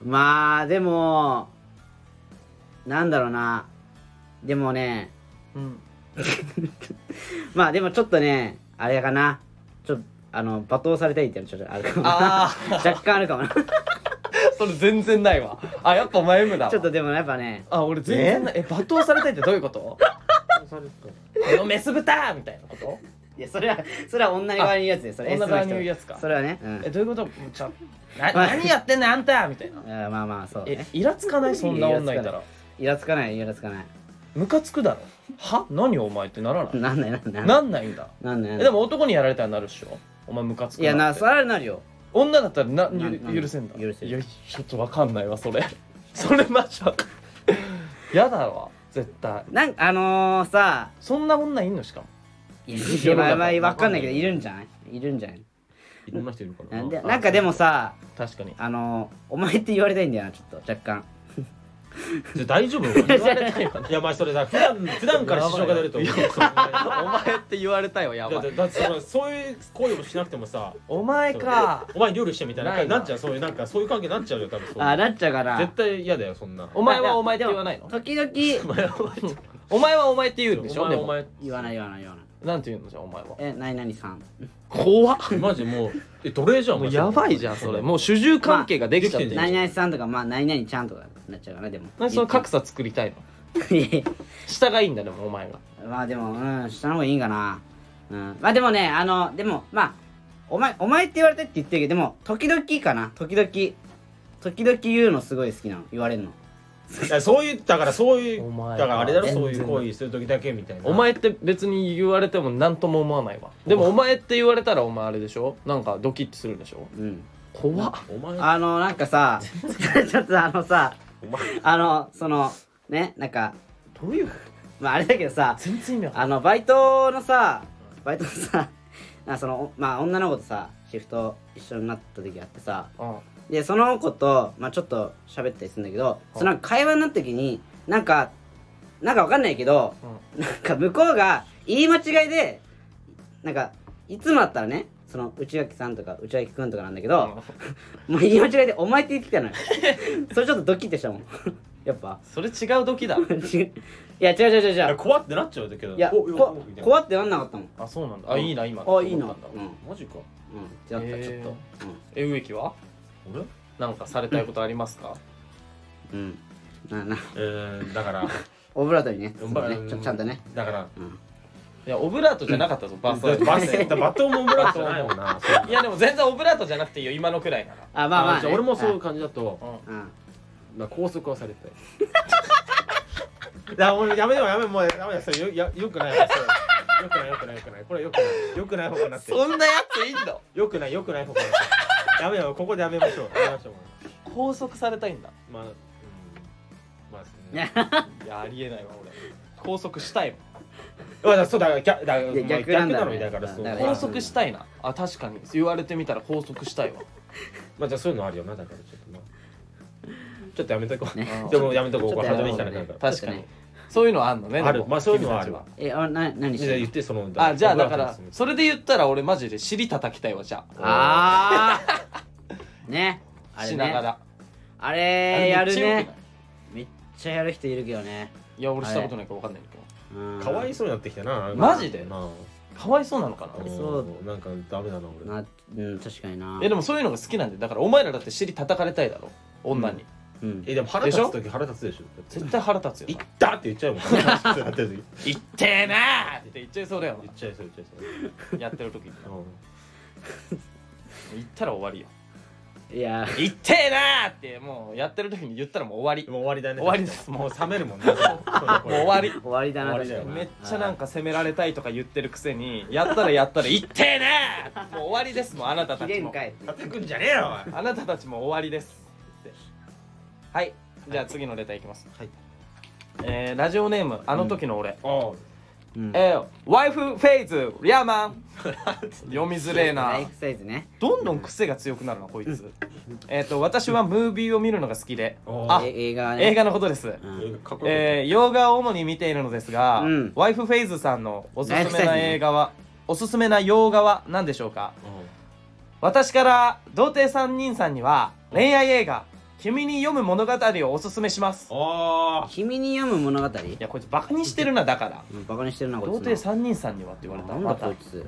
A: ちゃん
B: まあでもなんだろうなでもね
A: うん
B: まあでもちょっとねあれかなちょっとあの罵倒されたいっていうのちょっとあるかもな
A: ああ
B: 若干あるかもなち
A: それ全然ないわあやっぱお前 M だわ
B: ょっとでもやっぱね
A: あ俺全然ないえ罵倒されたいってどういうことこのメス豚みたいなこと
B: いやそれはそれは女側に言うやつでそれ
A: 女
B: S の人
A: 側に言うやつか
B: それはね、うん
A: えどういうことちょな何やってんねんあんたみたいな
B: あーまあまあそう
A: え
B: ね
A: イラつかないそんな女いたら
B: イラつかないイラつかない
A: ムカつくだろは何お前ってならない
B: なんないなんない
A: なんないんだ
B: なんないなんない
A: えでも男にやられたらなるっしょお前ムカつく
B: いやな
A: って
B: それはなるよ
A: 女だったらな
B: な
A: ゆ
B: なん
A: 許せんだ
B: 許せる
A: いやちょっとわかんないわそれ それマジわかんないやだわ絶対
B: なんあのー、さ
A: そんな女いんのしかも
B: いやまあまあわかんないけどいるんじゃないいるんじゃない
D: いろんな人いるから
B: なんでなんかでもさ
A: 確かに
B: あのお前って言われたいんだよなちょっと若干
D: じゃあ大丈夫言われないよいやまあそれさ 普段普段から支障が出ると思う
A: お前って言われたよや
D: だってだってそのそういう行為もしなくてもさ
A: お前か
D: お前料理してみたいな
A: ないな
D: なっちゃうそういうなんかそういう関係になっちゃうよ多分そう
B: ああなっちゃうから
D: 絶対嫌だよそんな
A: お前はお前って言わないの
B: 時々
A: お前はお前って言うんでしょ
D: お
A: で
D: 前
A: も
D: お前
B: 言わない言わない言わない
A: なんて言うのじゃあお前は
B: え何々さん
A: 怖っ
D: マジもうえ奴隷じゃんお
A: も
D: 前
A: うやばいじゃんそれもう主従関係ができちゃってる、
D: まあ
B: 何々さんとかまあ何々ちゃんとかなっちゃうからでも
A: 何その格差作りたいの
B: いやい
A: 下がいいんだでもお前が
B: やまあでもうん下の方がいいんかなうんまあでもねあのでもまあお前お前って言われたいって言ってるけどでも時々かな時々時々言うのすごい好きなの言われるの
D: いやそういうだからそうい
A: お
D: う
A: 前
D: だからあれだろ
A: 全然
D: そういう行為する時だけみたいな
A: お前って別に言われても何とも思わないわでもお前って言われたらお前あれでしょなんかドキッとするでしょ
B: うん
A: 怖っ
D: お前
B: あのなんかさ ちょっとあのさ
D: お前
B: あのそのねなんか
A: どういうこと
B: まああれだけどさ
A: 全然意味わかんない
B: あのバイトのさバイトのさ あそのまあ女の子とさシフト一緒になった時があってさ
A: あ
B: でその子と、まあ、ちょっと喋ったりするんだけどその会話になった時になんかなんかわかんないけど、なんか向こうが言い間違いでなんかいつもだったらねその内垣さんとか内垣くんとかなんだけど、もう言い間違いで「お前」って言ってきたのよそれちょっとドキッてしたもんやっぱ
A: それ違う時だ
B: 違ういや違う違う違う違
D: いや
B: う
D: 怖ってなっちゃうけど
B: いや
D: おお
B: こ
D: おみたいな
B: 怖ってなんなかったもん
A: あそうなんだあいいな今
B: あいいなう
A: 思
B: ん
A: ったんだ
B: うん
D: マジか
B: 違った
A: へー
B: ちょっと
A: え植木は
D: 俺
A: なんかされたいことありますか
B: うんなな
D: えーだから
B: オブラートにね
D: うんまあ
B: そうねちょちゃんとね
D: だから
A: いやオブラートじゃなかったぞ バス
D: バスバスバトンもブラッドじゃないもんなそう
A: いやでも全然オブラートじゃなくていいよ今のくらいなら
B: あまあまあ
D: じ
B: ね
D: ゃ俺もそういう感じだと
A: うん
B: うんうん
D: まあ拘束はされ ていやもうやめようやめようもうやめようそれよやよくないよそれよくないよくないよくないこれよくないよくない方がなって
A: そんなやついいんだ
D: よくないよくない方がなってやめようここでやめましょうやめましょうも
A: 拘束されたいんだ
D: うまあうんまあ、
A: いやありえないわ俺拘束したいもん
D: うわだそうだ逆だ
B: や逆
D: 逆
B: な
D: なん
B: だよ
D: の
B: ね
D: にだからそう
B: だから
A: 拘束したいなあ確かに言われてみたら拘束したいわ
D: まあじゃあそういうのあるよなだからちょっとまあちょっとやめとこう、
A: ね
D: でもやめとこう
B: ちょ
D: こ
B: っと
D: れ
B: やめ
D: 始
B: とこう
D: めに来たらなんか
A: 確かにそういうのあんのね
D: あ
A: で
D: る
A: も
D: まあそういうのはある
A: 君た
D: わ
A: ち
B: えあな何し
D: じゃあ言ってその
A: あじゃあだか
D: 僕
A: ら
D: の話
A: それで言ったら俺マジで尻叩きたいわじゃあ
B: あ あねあれ
A: しなが
B: ね
A: ら
B: あ
A: あ
B: れ
A: れ
B: や
A: めっ
B: る
A: ちゃ良く
B: ね
A: ない
B: めっちゃやる人いるけどね
A: いや俺したことないからわかんないけど
B: うん
D: かわいそうになってきたな
A: マジで
D: な
A: かわいそうなのかな
D: うん
B: そう
D: なんかダメだな俺
B: なうん確かにな
A: えでもそういうのが好きなんでだからお前らだって尻叩かれたいだろ女に
B: うん
D: えでも腹立つ時腹立つでしょ
A: 絶対腹立つよ
D: 行ったって言っちゃうもんやってる時
A: 「いってえな!」って言っちゃいそうだよ
D: 言っちゃいそう言っちゃい
A: な やってる時に
D: そううん
A: 言ったら終わりよ
B: いや
A: 「いってえな!」ってもうやってる時に言ったらもう終
D: で
A: わ
D: も終わりだね
A: 終わりです
D: もう冷めるもんねもう
A: りもう終わり
B: 終わりだな
D: 終わ
B: 確
D: りだ
B: か
D: よ
B: に
D: な
B: な
A: めっちゃなんか責められたいとか言ってるくせ にやったらやったら「いってえな!」もう終わりですもうあなた
B: あー
A: た
B: 期
A: ち
B: 限
A: も
B: かい
D: 叩くんじゃねえよおい
A: あなたたちも終わりですってはいじゃあ次のレターいきます
D: はい
A: えーラジオネームあの時の俺、
D: おう
B: うん
A: えーワイフフェイズリャーマ ン読みづれえな
B: ライフサイズね
A: どんどん癖が強くなるなこいつえっと私はムービーを見るのが好きで
D: お
A: あ
B: え映画はね
A: 映画のことです
B: うん
D: かっこよかっ
A: えー洋画を主に見ているのですが、
B: うん
A: ワイフフェイズさんのおす
B: ライフ
A: す
B: サ
A: め
B: イズ
A: な
B: ね
A: 映画はおすすめな洋画は何でしょうか
D: たうん
A: 私から童貞三人さんには恋愛映画「君に読む物語」をおすすめします
D: ああ
B: 君に読む物語
A: いやこいつバカにしてるなだから
B: うんバカにしてるなこいつ
A: 童貞
B: な
A: 三人さんにはって言われた
B: なん
A: ま
B: だ
A: た
B: こいつ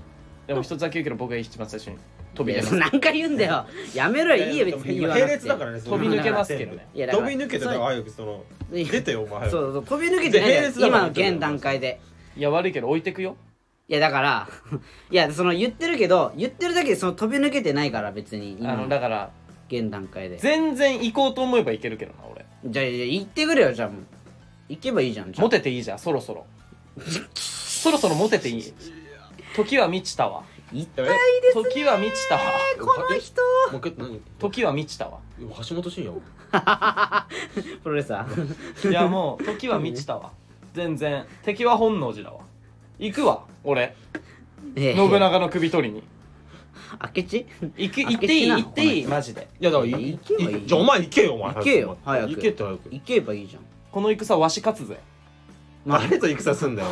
A: でも一つだけ言うけど僕が一番最初に飛び出ます
B: いや何回言うんだよやめろよいいよ別に言わな
D: 並
B: くて
D: 列だからね
A: 飛び抜けますけどね
B: いやだか
D: 飛
B: ら
D: び抜けてたよああいうその
B: いや
D: 出てよお前
B: そうそう飛び抜けてないんだよ
D: で並列だから
B: 今の現段階で
A: いや悪いけど置いてくよ
B: いやだから いやその言ってるけど言ってるだけでその飛び抜けてないから別に
A: あ
B: 今
A: の
B: の
A: だから
B: 現段階でじゃ
A: 全然行こうと思えば行けるけどな俺
B: あじゃあ行ってくれよじゃあもう行けばいいじゃんじゃあ
A: モテていいじゃんそろそろそろそろモテていい時は満ちたわ
B: 行った
D: え
B: こ
A: 時は満ちたわ
B: の人
D: もう一回何
A: 時は満ちたわ
D: 橋本真也
B: プロレスラー
A: いやもう時は満ちたわ全然敵は本能寺だわ行くわ俺
B: ええ
A: 信長の首取りに
B: 明智
A: 行く
B: 明
A: 行
B: 智
A: っていい
B: な
A: 行
B: の
A: っていいマジで
D: いやだから
B: い行けばいい
D: じゃあお前行けよお前
B: 行けよ
D: お前
B: 早く
D: 行けって早く
B: 行けばいいじゃん
A: この戦わし勝つぜ
B: まあ
D: 誰と戦すんだよ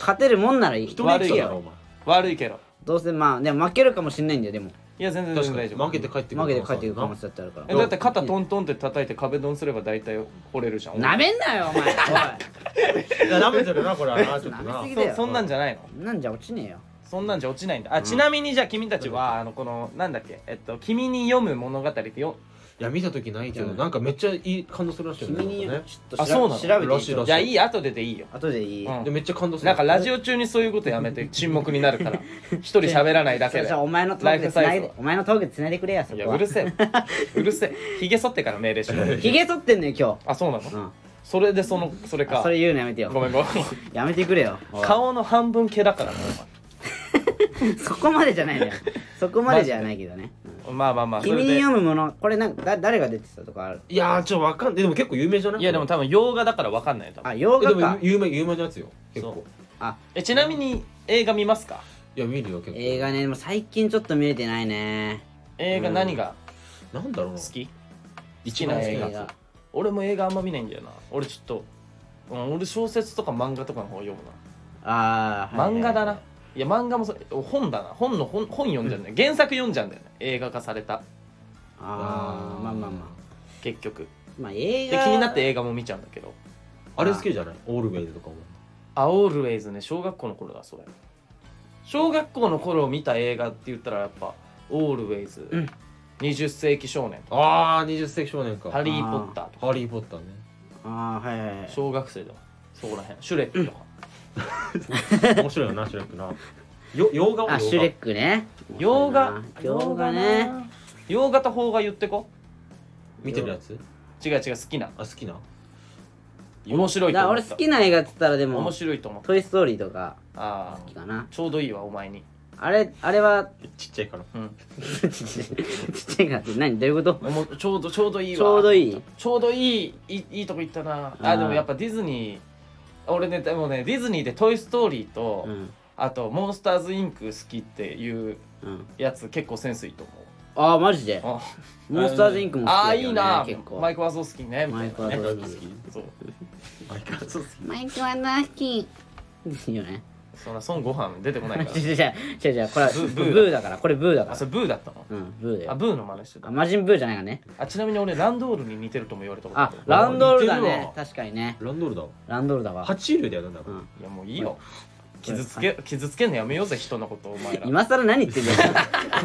B: 勝てるもんならいい
D: 俺
A: 悪
D: 一
A: い
D: 人行
A: け
D: け
A: ど
D: よお前
A: 悪いけど
B: どうせまあでも負けるかもしんないんだよでも
A: いや全然全
D: 確
A: 然大
D: かに
A: 丈夫
D: 負けて帰ってくる
B: 負けて帰ってくる可能性だってあるから
A: えだって肩トントンって叩いて壁ドンすれば大体掘れるじゃん
B: なめんなよお前おい
D: いや舐めてるなこれはなちょっと
B: 舐
D: な
B: めすぎだ
A: そ
B: よ
A: そんなんじゃないの
B: なんじゃ落ちねえよ
A: そんなんじゃ落ちないんだあちなみにじゃあ君たちはあのこのなんだっけえっと「君に読む物語」ってよ
D: いや見た時ないけどなんかめっちゃいい感動するらしいよ
B: 君に
D: ね
B: ちょっ
D: なんか
B: と
A: あ
B: 調
A: そうなの
B: べ調べて
D: ら
B: い
D: し
B: い
D: いらし
A: じゃあいい後ででいいよ
B: 後でいい、
A: う
D: ねでめっちゃ感動する
A: なんかラジオ中にそういうことやめて 沈黙になるから一人喋らないだ
B: そ
A: け
B: れ
A: で
B: じゃあお前のト
A: ラ
B: ー
A: イ
B: クで
A: フ
B: つな
A: サ
B: い
A: イ
B: で
A: ズ
B: お前のトークでつないでくれやそ
A: い
B: こ
A: や
B: は
A: うるせえうるせえひげ剃ってから命令しろ
B: ひげ剃ってんのよ今
A: あそうなの
B: 日、うん
A: それでそのそれ
B: あ、
A: か
B: それ言うのやめて
A: ご
B: よ
A: めんごめん
B: やめてくれよおい
A: 顔の半分毛だからな
B: そこまでじゃないのよそこまでじゃないけどね
A: お前まあまあまあそ
B: 君
A: れ
B: に
A: で
B: 読むものこれなんかだ誰が出てたとかある
D: いやーちょっとわかんないでも結構有名じゃない
A: いやでも多分洋画だから分かんないよ多分
B: あ洋
D: え
B: 画
D: で
B: か
D: も有名有名なやつよ結
A: そ
D: 構
B: あ
A: えちなみに映画見ますか
D: いや見るよ結構
B: 映画ねでも最近ちょっと見れてないね
A: 映画何が
D: なんだろうな
A: 好き
D: 一
A: 好
D: 番
A: きな
D: 好
A: 映
D: き
A: 画
D: な
B: 映
D: や
B: 画
A: 俺も映画あんま見ないんだよな俺ちょっと、うん、俺小説とか漫画とかの方読む
B: ああ
A: な漫画だないや漫画もそれ本だな本の本本読んじゃうんだよ、原作読んじゃうんだよね映画化された
B: ああまあまあまあ
A: 結局
B: まあ映
A: で気
B: 画
A: になって映画も見ちゃうんだけど
D: つあれ好きじゃないオールウェイズとかも
A: あ、オールウェイズね、小学校の頃だ、それ。小学校の頃見た映画って言ったらやっぱ、オールウェイズ、
B: うん
A: 20世紀少年と
D: ああ20世紀少年か
A: か、ハ
D: ハ
A: リー・ポッターとか、
D: リー・ポッターね
B: ああはいはいはい
A: 小学生だわ、そこらへん、シュレックとか。
D: 面白いよな、シュレックな。よ洋画
B: あシュレックね
A: 洋画、
B: 洋画ね。
A: 洋画と邦画言ってこ。
D: 見てるやつ
A: 違う違う、好きな。
D: あ、好きな
A: 面白
B: だ
A: い
B: か
A: と
B: ら
A: 思
B: 俺
A: っ
B: 好
A: た。
B: きな映画っつったらでも
A: 面白いと思っ
B: 「トイ・ストーリー」とか
A: た。あ
B: 好き
A: あ、
B: かな
A: ちょうどいいわ、お前に。
B: あれあれは
D: ちっちゃいから。
A: うん、
B: ちっちゃいからって何どういうこと
A: おもちょうどちょうどいいわ
B: ちょうどいい
A: ちょうどいいいいいいとこ行ったなあ
B: あー
A: でもやっぱディズニー俺ねでもねディズニーで「トイ・ストーリーと」
B: うん
A: あと「モンスターズ・インク」好きっていう
B: うん
A: やつ結構センスいいと思う
B: ああマジで
A: あ
B: モンスターズインクも好き
A: あ
B: だ
A: ー
B: け
A: い
B: ど
A: い
B: ね
A: な
B: 結構
A: マイク・ワゾフスキーねみたいなね
B: マイクワゾフスキ
A: そうマイク・ワゾフスキ
B: マイクはナッキーいいよね
A: ーそんな孫悟飯出てこないか
B: 違う 違う違う違うこれは
A: ブブ
B: ブ
A: ー
B: ーだからこれブーだ
A: らあ
B: から
A: それブーだったの
B: うんブーだ
A: あ
B: よ
A: ブーの真似してた
B: あマジンブーじゃないからね
A: あちなみに俺ランドールに似てるとも言われたこと
B: あ
A: る
B: ランドールだ
D: 似てる
B: ね
D: わ
B: 確かにね
D: ランドルだ
B: ランドールだわ
D: 爬虫類だよなんだか
B: う
D: ら
B: ん
A: いやもういいよ傷つけ傷つけんのやめようぜ人のことお前ら
B: 今更何言ってんだよ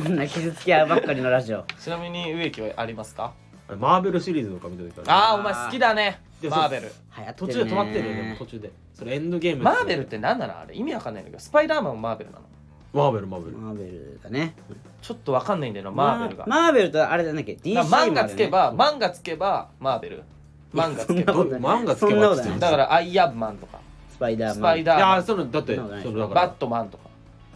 B: こんな傷つき合うばっかりのラジオ
A: ちなみに植木はありますか
D: あれマーベルシリーズとか見てるから
A: あーお前好きだね
D: いや
A: マーベル
B: 流行ってるね
D: 途中で止まってるよねでも途中でそれエンドゲーム
A: マーベルって何なのあれ意味わかんないんだけどスパイダーマンもマーベルなの
D: マーベルマーベル
B: マーベルだね
A: ちょっとわかんないんだよなマーベルが
B: マーベルとあれだなんだっけ DC
A: だから漫画
B: もあるよね
A: つけば漫画つけばマーベル漫画つけ
B: そんなこ
A: ば
B: とない
D: 漫画つ
B: そ
D: け
B: んなこ
D: ば
B: とない
A: だからアイアンマンとか
B: スパイダーマン
A: スパイ
D: いや
A: ダー
D: そのだって
B: そ
D: そ
B: んなことない
D: のだ
A: マン
D: から
A: バットマンとか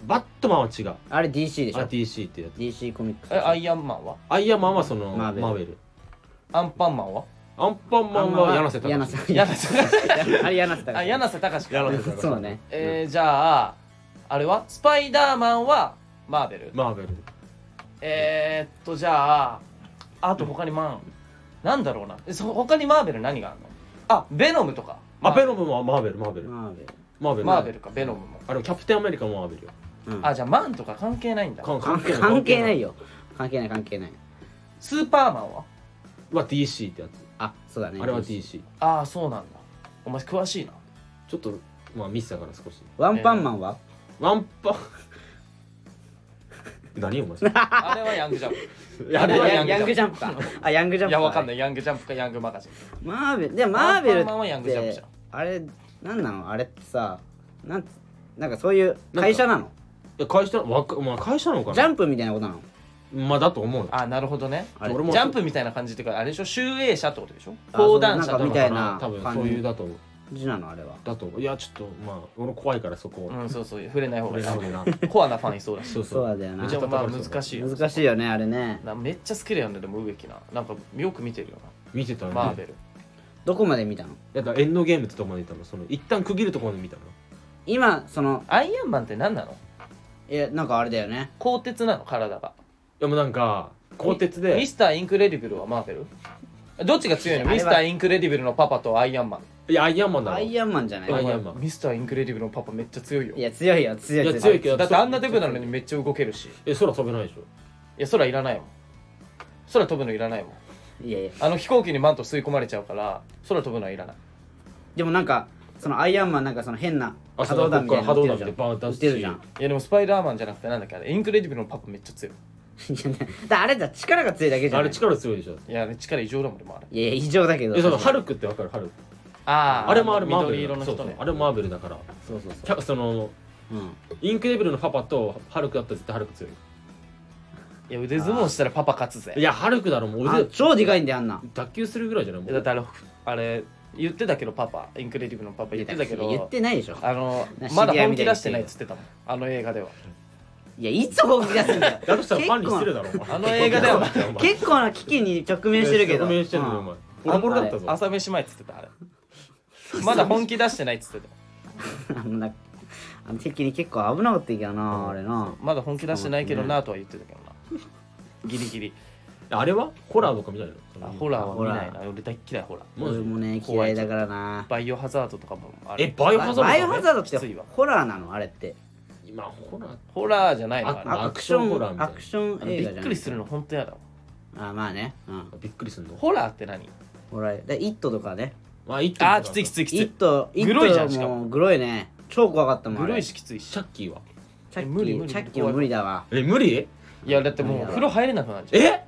D: バットマンは違う
B: あれ DC でし
D: あ
B: ょ
D: DC ってやつ
B: DC コミックス
A: えアイアンマンは
D: アイアンマンはその
B: マ
D: マ
B: ー
D: ー
B: ベ
D: ベ
B: ル
D: ル
A: アンパンマン は
D: アンパンマンは柳瀬隆
B: 柳瀬
A: 柳瀬
B: あれ柳瀬 だ
A: あ柳瀬隆か
D: 柳瀬隆
B: そうね
A: えーじゃああれはスパイダーマンはマーベル
D: マーベル
A: えーっとじゃああと他にマンなんだろうなえそ他にマーベル何があるのあベノムとか
D: あベノ
A: ム
D: ムもマーベルマーベル
B: マーベル
D: マーベル
A: マーベルかベノムも
D: あれキャプテンアメリカもマーベルよ
B: うん
A: あじゃあマンとか関係ないんだ
D: 関
B: 関係関係ないよ関係ない関係ない
A: スーパーマンは
D: は DC ってやつ
B: あそうだね
D: あれは DC
A: ああそうなんだお前詳しいな
D: ちょっとまあミスだから少し
B: ワンパンマンは
D: ワンパン何お前それ
A: あれはヤング ジャンプ
D: あれは
A: ヤ
B: ヤ
A: ン
B: ン
A: グジャンプ
B: グジャンプかあヤングジャン
A: い
B: プ
A: やわかんない
B: い
A: ヤングジャンプかヤングマガジン
B: マーベルでもマーベル
A: ワンパンマンはヤン
B: っ
A: グジャンプじ
B: て
A: ゃん
B: あれなんなのあれってさなんつなんかそういう会社なの
D: いや会社なわかまあ会社なのか
B: ジャ
D: な
B: ンプみたいなことなの
D: まあだと思うよ
A: あーなるほどね
B: あれ
D: 俺も
A: ジャンプみたいな感じっていうかあれでしょ集英社ってことでしょ
B: あそう
A: 講談社
B: な
A: と
B: んか
A: か
B: みたいな
D: 多分そういうだと思う
B: 字なのあれは
D: だと思ういやちょっとまあ俺怖いからそこ
A: うんそうそう触れない方がいい
D: 触れ ない方が
A: コアなファンいそうだし
D: そう
B: そうだよな
A: じゃあまあ難しいよ
B: 難しいよねあれね
A: なめっちゃ好きだよねでも植木ななんかよく見てるよ
D: 見てた
A: な
D: よ
A: マーベ
D: ね
A: ル
B: どこまで見たの
D: だからエンドゲームってとこまで見たのその一旦区切るとこまで見たの
B: 今その
A: アイアンマンって何なの
B: えなんかあれだよね
A: 鋼鉄なの体が
D: でもなんか鋼鉄で
A: ミスターインクレディブルはマーベルどっちが強い
B: あれ
A: の
B: は
A: ミスターインクレディブルのパパとアイアンマン
D: いやアイアンマンだろ
B: アイアンマンじゃない
D: ア
B: い
D: イアンマン
A: ミスターインクレディブルのパパめっちゃ強いよ
B: や強いよ強い
D: いや強いけど
A: だってあんなデブなのにめっちゃ動けるしい
D: え空飛べないでしょ
A: や空いらないもん空飛ぶのいらないもん
B: いやいや
A: あの飛行機にマント吸い込まれちゃうから空飛ぶのはいらない
B: でもなんかそのアイアンマンなんかその変な
D: あ
B: 波動弾みたいなの
D: そう
B: 打
D: だ
B: ってるじゃん
D: こっから波動弾でバーン
B: 打ってるじゃん
A: いやでもスパイダーマンじゃなくてなんだっけあれインクレディブルのパパめっちゃ強い
B: いやだだあれだ力が強いだけじゃ
D: あ
B: ん
D: れ力強いでしょ
A: いやあれ力異常だもんでもあれ
B: いやいや異常だけど
D: えそのハルクってわかるハルク
A: あ
D: あれもあるマー
A: 緑
D: ベル
A: 色の人
D: そうそう
A: ね
D: あれマーベルだから
B: そうそう
D: キャその
B: そう、うん、
D: インクレディブルのパパとハルクだったら絶対ハルク強い
A: いや腕相撲したらパパ勝つぜ
D: いやハルクだろもう
B: あ
D: 腕
B: 超でかいんだよあんな
D: 脱臼するぐらいじゃないも
A: いやだっ
D: う
A: てあれあれ言ってたけどパパインクレディブルのパパ言ってたけど
B: 言ってないでしょ
A: あの
B: な
A: まだ
B: 知り合い
A: 本
B: み
A: 気
B: たいに
A: 出してないっつってたもんあの映画ではい
B: やいつ本気出すんだ よ
D: だとしたらファンに失礼だろお前
A: あの映画で は
D: お前
B: 結構な危機に直面してるけど
D: 直面してる
B: う
D: よお
B: ん
D: 前ボロボロだったぞ
A: 朝飯前っつってたあれまだ本気出してないっつってた
B: あんなあの敵に結構危なかったけどなあれな
A: まだ本気出してないけどなとは言ってたけどなギリギリ
D: あれはホラーとか見ないの
A: あホラーは見ないな俺大っ嫌いホラー
D: マジ
B: 俺もね嫌いだからな
A: バイオハザードとかもあれ
D: えバイオハザード
B: バイオハザードっ
A: きつい
B: て
A: わ
B: ホラーなのあれって
D: 今ホラー
A: ホラーじゃないのあれ
D: あ
B: ア
D: ア
B: ク
D: ク
B: シ
D: シ
B: ョ
D: ョ
B: ン
D: ン
B: ホ
D: ホ
B: ラ
D: ラ
B: ー
D: ー
B: み
D: み
B: たいなアクショ
D: たいな
A: あ
B: ン
A: れび
B: 映画じゃ
A: っ
B: ない
A: くりするの本当やだわ
B: あまあねうん
D: びっくりするの
A: ホラーって何
B: ホラーで「イット!」とかね
D: まあ一
A: あーきついきつい
B: 「
A: き
B: イ
A: つ
B: ッ
A: い
B: ト!」
A: グロいじゃんしかも
B: もうグロいね超怖かったもんあ
A: グ
B: れ
A: ロいしきついし
D: シャッキーは
B: チャッキ
A: 無理無
B: ー
A: 理
B: チャッキーは無理だわ
D: え無理
A: いやだってもう風呂入れなくなるじゃん
D: え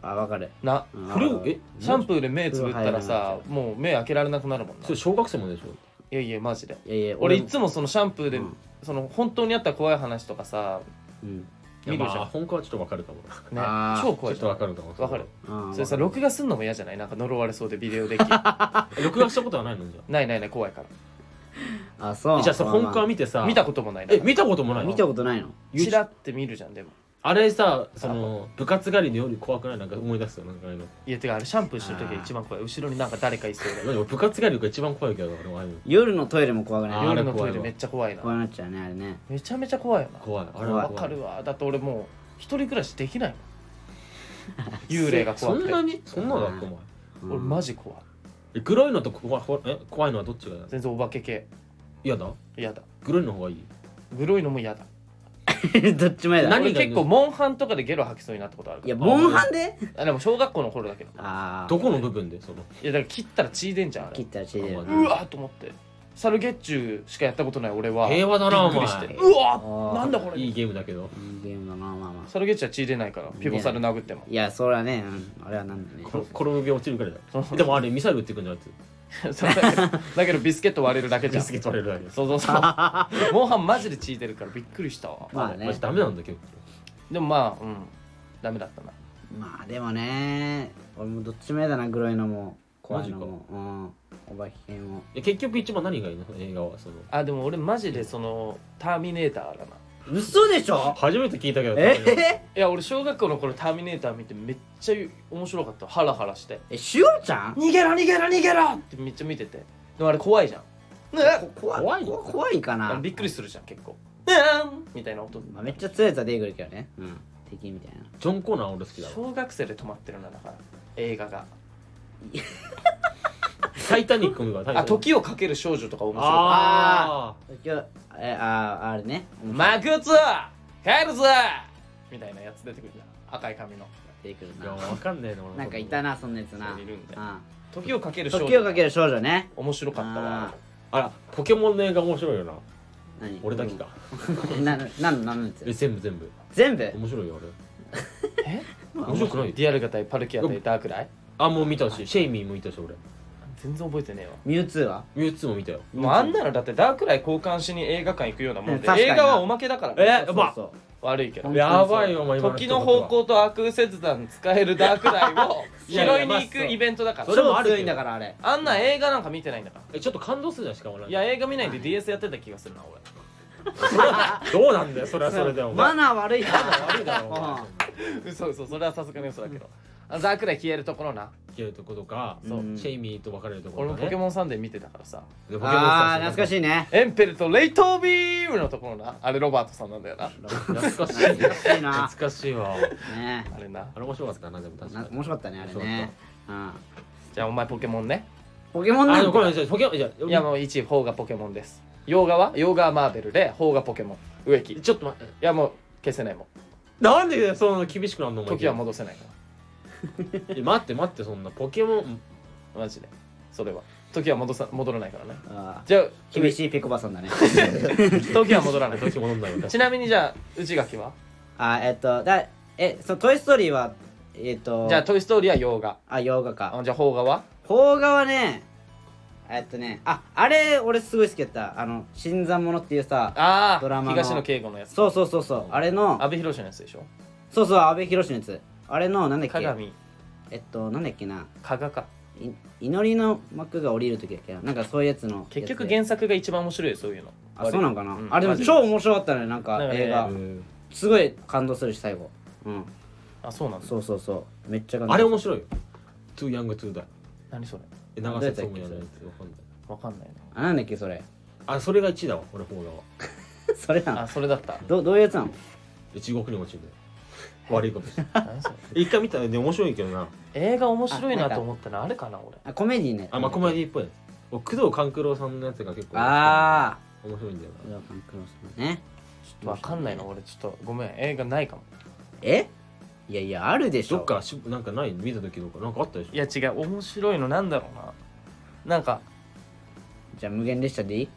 B: あわかる
A: な
B: うん
D: これをえ
A: シャンプーで目つぶったらさ
B: 風呂入らなく
A: もう目開けられなくなるもんな
D: それ小学生もでしょ
A: いやいやマジで
B: いやいや
A: 俺
B: も
A: いつもそのシャンプーで、
B: うん
A: その本当にあった怖い話とかさ、
B: うん
A: 見るじゃん
D: いやまあ本科はちょっとわかるかも
A: ね
B: あー、
A: 超
D: ちょ
A: 怖
D: っ
A: いじゃ
D: と
A: ん
D: わかるかも
A: わかる
B: あー
A: それさ
B: わか
A: 録画すんのも嫌じゃないなんか呪われそうでビデオでき
D: 録画したことはないのじゃ
A: ないないない怖いか
B: るあそう
D: じゃあさ
B: まあまあ
D: 本科見て
A: ら
D: さ
A: 見たこともないな
D: え見たこともない
B: 見たことないの
A: チラって見るじゃんでも
D: あれさその部活帰りの夜怖くないなんか思い出すよなんかああいうの
A: いやてかあれシャンプーしてる時が一番怖い後ろになんか誰かいそう
D: でも部活帰りが一番怖いけど俺はああいうの
B: 夜のトイレも怖く
D: あ
B: な
D: ー
B: い
A: で夜の
D: 怖
A: ト
D: い
A: イ
D: わ
A: レめっちゃ怖いな
B: 怖くなっちゃうねあれね
A: めちゃめちゃ怖いよな
D: 怖いあれは
A: わ
D: 怖い
A: かるわだって俺もう一人暮らしできない もん幽霊が
D: そ
A: 怖く
D: ん
A: て
D: なにそんなのだったお前
B: うん
A: 俺マジ怖い
D: え黒いのと怖いほえ怖いのはどっちが嫌だ
A: 全然お化け系
D: 嫌だ
A: 嫌だ
D: 黒いの方がいい
A: グロいのも嫌だ
B: どっち前だ
D: 何
A: 俺結構モンハンとかでゲロ吐きそうになったことある
B: いやモンハンで
A: あでも小学校の頃だけど
B: ああ
D: どこの部分でその
A: いやだから切ったら血出んじゃんあれ
B: 切ったら血出る
D: た
A: うわーと思ってサルゲッチュしかやったことない俺は
D: 平和だなお
A: びっくりし
D: 前
A: てうわ
B: あ
A: ー
B: ー
A: なんだこれ
D: いいゲームだけど
B: うんゲームだなまあまあ
A: サルゲッチュは血出ないからピボサル殴って も
B: いやそれはね、うん、あれはなんだね
D: こ転げ落ちるからい
A: そ
D: だでもあれミサイル撃ってくんじゃなくて
A: そうだけどだけどビスケット割れるだけじゃ
D: ビ
A: ん
D: スケ取れるだけ
A: そうそうそう モンハンマジで血出るからびっくりしたわ
B: まあ
D: マ
B: ね
D: ジダメなんだけど
A: でもまあうんダメだったな
B: まあでもね俺もどっちも嫌だなグロいのも怖いの
D: マ
B: もうんお化け系も
D: え結局一番何がいいの映画はその
A: あでも俺マジでそのターミネーターだな
B: 嘘でしょ
D: 初めて聞いたけど
B: え
A: いや俺小学校の頃ターミネーター見てめっちゃ面白かったハラハラして
B: えしおちゃん
A: 逃げろ逃げろ逃げろってめっちゃ見ててでもあれ怖いじゃん
B: こ怖
D: 怖い
B: こ怖いか
A: あ
B: な
A: のびっくりするじゃん結構うんみたいな音
B: まあ、めっちゃ強いやつは出てくるけどねうん敵みたいな
D: ジョン・コーナー俺好きだわ
A: 小学生で止まってるなだから映画が
D: タイタニックもよタイタ
A: あ
D: ニック
A: 時をかける少女とか面白かっ
D: あ
B: 今日えあーあれね
A: たマグツ帰るぞみたいなやつ出てくるじゃん赤い髪の
B: 出てくる
D: ーいや
B: な
D: わかんねえな俺
B: なんかいたなそんなやつな
A: そういるんだよ
B: う
A: 時をかけ
B: ん
A: る少女
B: 時をかける少女ね
A: 面白かったわ
B: あ
D: あらポケモンの映画面白いよな
B: 何
D: 俺だけか
B: うんななんなんのや
D: え
B: つ
D: 全部全部
B: 全部
D: 面白いよ
A: え
D: 俺面白くない
A: ディアルガ対パルキア対ダークライ
D: あもう見たしシェイミーも見たし俺
A: 全然覚えてねえわ
B: ミュウツーは
D: ミュウツーも見たよ
A: もうあんなのだってダークライ交換しに映画館行くようなもん
B: うん
A: で
B: 確かに
A: 映
B: な
A: 画はおまけだからね
D: えまあ
B: そう
A: 悪いけど
B: 本当にそう
D: やばいよお前今の
A: 時
D: 一言
A: の
D: は
A: 方向と悪切断使えるダークライを
D: いやいや
A: 拾いに行
D: まあ
A: く
D: そう
A: イベントだか
B: そう
D: そ
A: ら
D: れ
B: 超
D: もあるけど
B: 強いんだからあれ
A: あんな映画なんか見てないんだから
D: えちょっと感動するじゃんしかもない
A: や映画見ないで DS やってた気がするな俺
D: どうなんだよそれはそれでお前
B: マナー悪いな
D: 悪いだろお前
A: 嘘嘘それはさすがに嘘だけどあのダークライ消えるところな
D: 消えるとことか
A: そう
B: うん
D: シェイミーと別れるとこ
A: 俺
D: ろ
A: も
D: かね
A: ポケモンサンデー見てたからさ
D: でポケモン
B: ああ懐かしいね
A: エンペルとレイトービームのところなあれロバートさんなんだよな
D: 懐かしい
B: 懐 かしいな
D: 懐かしいわ
B: ね
A: あれな
D: あれ面白かったなでも確
B: な
D: かに
B: 面白かったねあれねうん
A: じゃあお前ポケモンね
B: ポケモン
D: あ
B: な
D: でも
B: の
D: これじゃあポケモンじゃ
A: い
D: い
A: や
D: や
A: もう1位邦画ポケモンです洋画は洋画はマーベルで邦画ポケモン植木い
D: ちょっと待って
A: やもう消せないも
D: なんでその厳しくなんのお
A: ん
D: 前
A: 時は戻せないか
D: え待って待ってそんなポケモン
A: らマジでそれは時は戻さ戻らないからね
B: あ
A: じゃあ
B: ー 厳しいペコバさんだね
A: 時は戻ら
D: あ
A: な い
D: れどうして戻んないよ
A: ちなみにじゃあ内垣は
B: あーえっとだえそのトイ・ストーリーはえっと
A: じゃあ「トイ・ストーリー」は洋画
B: あ洋画か
A: あじゃあ邦画は
B: 邦画はねえっとねああれ俺すごい好きやったあの「新参者」っていうさ
A: あ
B: ドラ
A: あ
B: マの
A: 東野圭吾のやつ
B: そうそうそうそうあれの
A: 阿部寛のやつでしょ
B: そうそう阿部寛のやつあれのなんだっけ
A: 鏡
B: えっとなんだっけな
A: 加賀か
B: い祈りの幕が降りる時だっけななんかそういうやつのやつで
A: 結局原作が一番面白いよそういうの
B: あそうなのかな、
A: うん
B: あれで
A: マ
B: も
A: ジで
B: 超面白かったねなんか
A: なんかね
B: 映画、
D: うん
B: すごい感動するし最後うん
A: あそうなんだ
B: そうそうそうめっちゃ感動
D: あれ面白いよ Too Young to Die
A: 何それ
D: え長瀬智也のやつわかんない
A: わかんないな
B: あなんだっけそれ
D: あそれが1だわ俺方がは
B: それなの
A: あそれだった
B: どどういうやつなの
D: で地獄に落ちるんだよ悪いこ として
A: 何 それ
D: 一回見たらね面白いけどな
A: 映画面白いなと思ったのあれかな俺
B: あコメディね
D: あまあコメディっぽいやつ俺工藤官九郎さんのやつが結構
B: あ
D: 面白いんだよ
B: ー浦勘九郎さんね
A: ちょっとわかんないな俺ちょっとごめん映画ないかも
B: えいやいやあるで
D: な
B: しょ
D: どっかしなんかない見た時とかなんかあったでしょ
A: いや違う面白いのなんだろうななんか
B: じゃあ無限列車でいい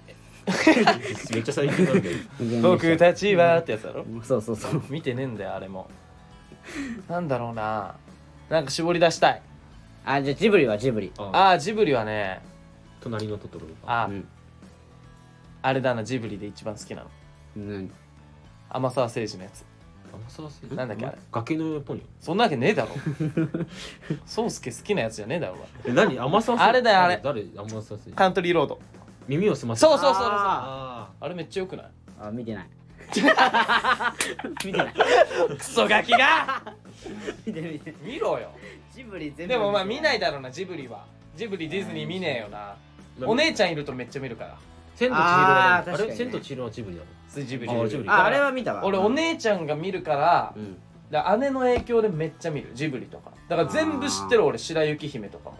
D: めっちゃ最近なんだけど
B: 無限列
A: 僕
B: 車
A: たちはってやつだろ
B: 僕そうそうそう
A: 見てねえんだよあれもなんだろうななんか絞り出したい
B: あじゃあジブリはジブリ
D: あ
A: ああジブリはね
D: 隣のトトロとか
A: あ、
B: うん
A: あれだなジブリで一番好きなの
B: うん
A: 天沢誠治のやつ
D: 天沢聖
A: なんだっけあれ
D: 崖の上ポニョ
A: そんなわけねえだろ 宗介好きなやつじゃねえだろお前
D: え何天沢聖
A: あれだよあれ
D: 誰天沢聖
A: カントリーロード
D: 耳を澄ませ
A: そうそうそうそう
B: あ
A: あれめっちゃよくない
B: あ見てない見てない
A: クソガキが
B: 見て見て
A: 見ろよ
B: ジブリ全部
A: でもまあ見ないいだろうなジブリはジブリディズニー見ねえよな
D: うん
A: お姉ちゃんいるとめっちゃ見るから
D: 千と千尋
B: あ
D: は
B: ー確
D: あ
B: かにね
D: れ千と千尋はジブリだ
A: そうジブ
D: あジ
A: リ
D: ブリ
B: ああれは見たわ
A: 俺お姉ちゃんが見るから
B: うん
A: だから姉の影響でめっちゃ見るジブリとかだから全部知ってる俺白雪姫とかも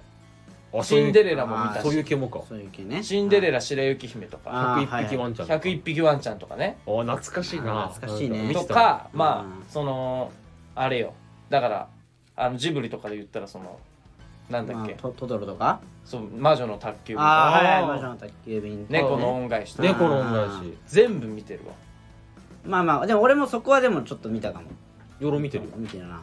D: もんあそう
A: シ
D: いう
A: ンデレラも見た
D: そういう
A: し
D: 系もか
B: そういう系ね
A: シンデレ
B: ラ
A: ラ白雪姫と
B: あ
A: か
B: ー
D: 101匹ワンちゃんとか
A: 101匹ワンちゃんとかね
D: あ懐かしいな
B: あ懐かしいね
D: なん見
A: と
D: てた
A: かま
B: う
A: あ
B: ん
A: そのあれよだからあのジブリとかで言ったらそのなんだっけ
B: トトドロとか
A: そう魔女の宅急便と
B: ああ
A: か
B: はいはい魔女の宅急便とかね
A: 猫の恩返しと
B: ね
A: か
D: 猫の恩返し
A: 全部見てるわ
B: まあまあでも俺もそこはでもちょっと見たかも
D: よろ見てるよ
B: 見てるな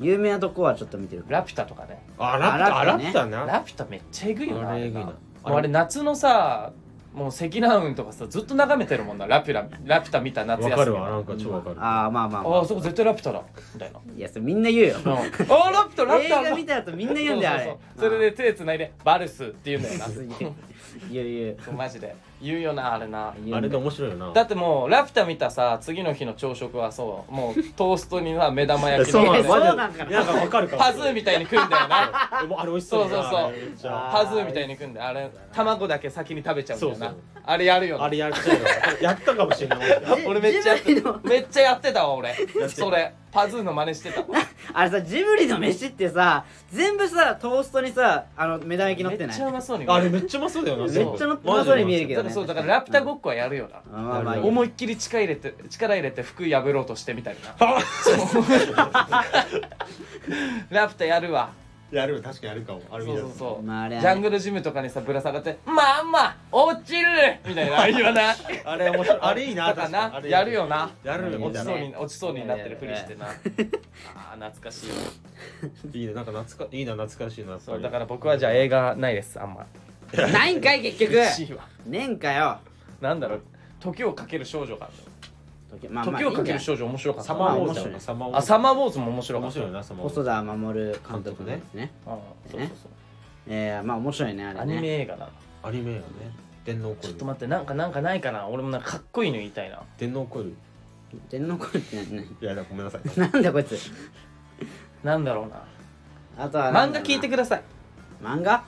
B: 有名なとこはちょっと見てる
A: ラピュタとかね
D: あラ
B: あ
D: あ
B: ラ
D: ラ
B: ピ
D: ピ
B: ュ
D: ュ
B: タ
D: タな
A: ラピュタめっちゃえぐいよな
D: あれえ
A: れ
D: ぐい
A: な
D: な
A: もうあれ夏のさもう積乱雲とかさずっと眺めてるもんなラピュララピュタ見た夏休
D: わ
A: み
D: かるわなんか超わかる
B: ああまあまあま
A: ああそこ絶対ラピュタだみたいな
B: あいやそれみんな言うよ
A: うん、あーラピュタラピュ
B: 映
A: タ
B: 画見た後みんな言うんだよあれ
A: そうそうそうそれで手つないでバルスって言うんだよ な
B: 言う言う
A: そう マジで言うよなあれな
B: 言
D: あ
B: うん
D: れ
B: だ
D: で
B: よ
D: 面白いよな
A: だってもうラピュタ見たさ次の日の朝食はそうもうトーストにな目玉焼き
D: そう
A: の
D: な
B: え
D: んだ
B: そうなんかな
D: なんかわかるかも
A: パズーみたいに食うんだよな
D: でもあれ美味しそ
A: そううそう
D: だな
A: そ
D: あれめっ
A: う
D: ちゃ
A: パズーみたいに食うんだよあれ卵だけ先に食べちゃうんだよな
D: そう
A: あれやるよな
D: あれやっちゃうよやったかもしれない
B: え
A: 俺めっちゃやっ
B: ジ
A: て
B: ブリの
A: めっちゃやってたわ俺
D: る
A: それパズーの真似してた
B: あれさジブリの飯ってさ全部さトーストにさあの目玉焼き乗って
A: め
B: な
A: っ
B: い
A: ちゃうまそうに
D: あれめっちゃうまそうだよな
A: めっ
B: ちゃ
D: 全部
B: うまそうに見えるけど
A: ただそうだからラピュタごっこはやるよな
B: あまあまあいいよ
A: 思いっきり力入れて力入れて服破ろうとしてみたいな
D: あ
A: ラピュタやるわ
D: やる確かにやるかもあれ
A: そ
D: 見
A: うそ
D: た
A: うそう、
B: まああれ
A: ジャングルジムとかにさぶら下がって「まんま落ちる!」みたいなああいうよな
D: あれ面白いあれいいな
A: とか
D: 確かに
A: な
D: あれいい
A: やるよな
D: やるよ
A: 落ちそう
B: いい
A: に落ちそうになってるふりしてなあー懐かしい
D: いいねなんか懐かいいな懐かしいなやっぱり
A: そうだから僕はじゃあ映画ないですあんま
B: ないんかい結局
A: 嬉しいわ
B: ねんかよ
A: なんだろう時をかける少女がある
B: 時,、まあ、まあ
A: 時
B: いい
A: を
B: んじ
A: か
B: ゃな
A: け
B: い
A: る少女面白かった
D: サ
A: な
D: マーウ
B: 面
D: ォーズ
B: 白い
D: だなサマーウォー
A: あ
D: ズ
A: サマーウォーズも面白か
D: 面
A: った
D: 白いなサマーウォーズ
B: 細田守監督のやつね
A: あーそうそうそう
B: えー、まあ面白いねあれね
A: アニメ映画なの
D: アニメやね電脳コ
A: ちょっ
D: イ
A: と
D: ル
A: 待ってなんかなんかないかな俺もなんかかっこいいの言いたいな
D: 電脳コイル
B: 天皇コイルって何
D: いやだごめ んなさい
B: なんだこいつ
A: なんだろうな
B: あとはなん
A: 漫画
B: だろうな
A: 聞いてください
B: 漫画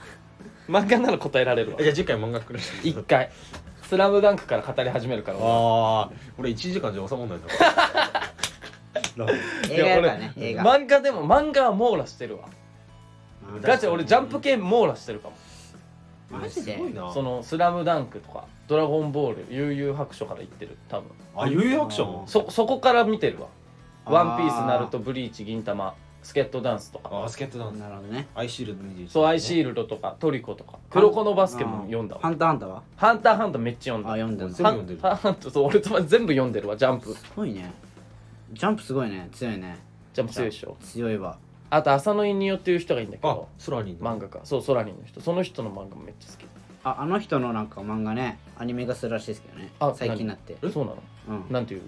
A: 漫画なら答えられるわ
D: じゃあ次回漫画くれ
A: 一回「スラムダンクから語り始めるから俺
D: ああ俺1時間じゃ収ま んないんだ
B: 映画やからね映画、
A: 漫画でも漫画は網羅してるわ
B: 漫
A: ガチで俺ジャンプ系網羅してるかも
B: 画マジです
D: ごいな
A: その「スラムダンクとか「ドラゴンボール」「悠々白書」から言ってる多分
D: あ悠々アクション
A: そそこから見てるわ「
B: あー
A: ワンピースナルトブリーチ銀魂スケットダンス」とか
D: あースケートダンス
B: なるほどね
D: アイシールド21
A: そう「アイシールド」とか「トリコ」とか「黒子のバスケ」も読んだ
B: ハ
A: わ
B: ンターハンターは
A: 「ハンターハンター」めっちゃ
B: あ
A: 読んだ
B: 読んでんのす
D: 全部読んでる
A: ハンハンターそう俺とは全部読んでるわジャンプ
B: ごいねジャンプすごいね強いね
A: ジャンプ強いでしょ
B: 強いわ
A: あと浅野犬代っていう人がいいんだけ
D: あ
A: ど
D: ソラリン
A: 漫画家そうソラリンの人その人の漫画もめっちゃ好き
B: ああの人のなんか漫画ねアニメ化するらしいですけどね
A: あ
B: 最近になって
A: えそうなの
B: うん
A: なんていう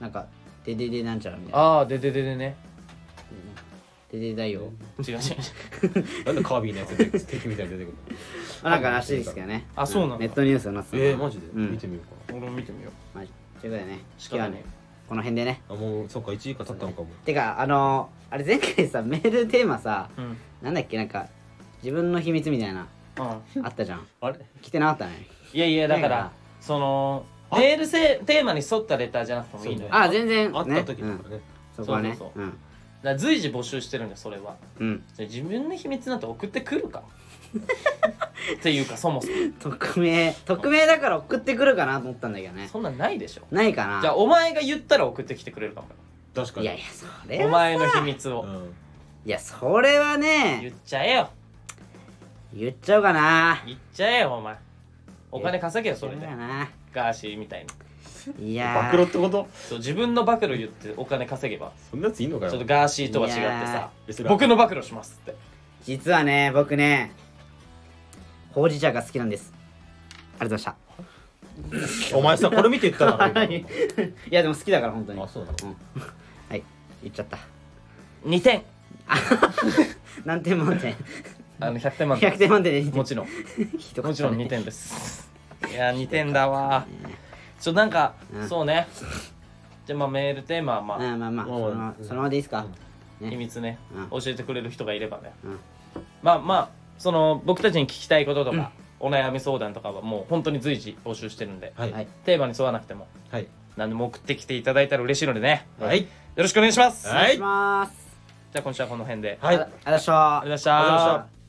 B: なんかデデデなんちゃらみたいな
A: ああででででね
B: デデデだよ
A: 違う違う違う
D: なんでカービィのやつで敵みたいに出てく る
B: あなんからしいですけどね
A: あそうなんだ
B: ネットニュースになってた
D: のえー、マジで、
B: うん
D: 見てみようか
A: 俺も見てみよう
B: マジということでね
A: し
B: 今日
A: か
B: は
A: ね
B: ねこの辺でね
D: あもうそっか1時間経ったのかも
B: てかあのーあれ前回さ メールテーマさ
A: うんうん
B: なんだっけなんか自分の秘密みたいなあったじゃん
D: あれ
B: 来てなかったね
A: いやいやだか
B: だからら
A: そのメールせテーマに沿ったレターじゃなくてもいいのよ
D: そう
A: だか
B: あ全然ね
D: 会った時
B: う
D: だ
B: ん
D: からね、
B: そこはね
A: そうそううんら随時募集してるんだよそれは
B: うん
A: 自分の秘密なんて送ってくるかっていうかそもそも
B: 匿名匿名だから送ってくるかなと思ったんだけどね
A: そんなんないでしょ
B: ないかな
A: じゃあお前が言ったら送ってきてくれるかもよ
D: 確かに
B: いやいやそれ
A: お
B: は
A: 前の秘密を
D: うん、
B: いやそれは
A: 言
B: ね
A: っちゃえよ
B: 言っちゃおうかな
A: 言っちゃえよお前お金稼げよそれで
B: だな
A: ガーシーみたいに
B: いやー
D: 暴露ってこと
A: そう自分の暴露言ってお金稼げば
D: そんなやついいのか
A: ちょっと
D: よ
A: ガーシーとは違って
B: いや
A: さ
D: 別に
A: 僕の暴露しますって
B: 実はね僕ねほうじ茶が好きなんですありがとうござい
D: お前さこれ見て言った だろ
B: まし
D: 今
B: たいやでも好きだから本当に
D: あそうなの
B: はい言っちゃった
A: 2点
B: 何点満点
A: あの100点満点
B: 100点満点で
A: もちろん
B: 一言
A: もちろん2点ですいや2点だわちょっとなんか
B: うん
A: そうねじゃあまあメールテーマはま
B: う
A: あ
B: んまあまあそ
D: もう
B: のままそのままでいいですかね
A: 秘密ね、
B: う
A: 教えてくれる人がいればね
B: うん
A: まあまあその僕たちに聞きたいこととか、お悩み相談とかはもう本当に随時募集してるんで、
D: はい
B: はい
A: テーマに沿わなくても
D: はい
A: 何でも送ってきていただいたら嬉しいのでね、
D: はい
A: よろしくお願いします、
B: お願
D: はいい
B: します
A: じゃあ今週はこの辺で、
D: はい
B: ありがとうございました
A: ありがとうご
D: ありがとうござい
A: ざい
D: ま
A: ま
D: し
A: したた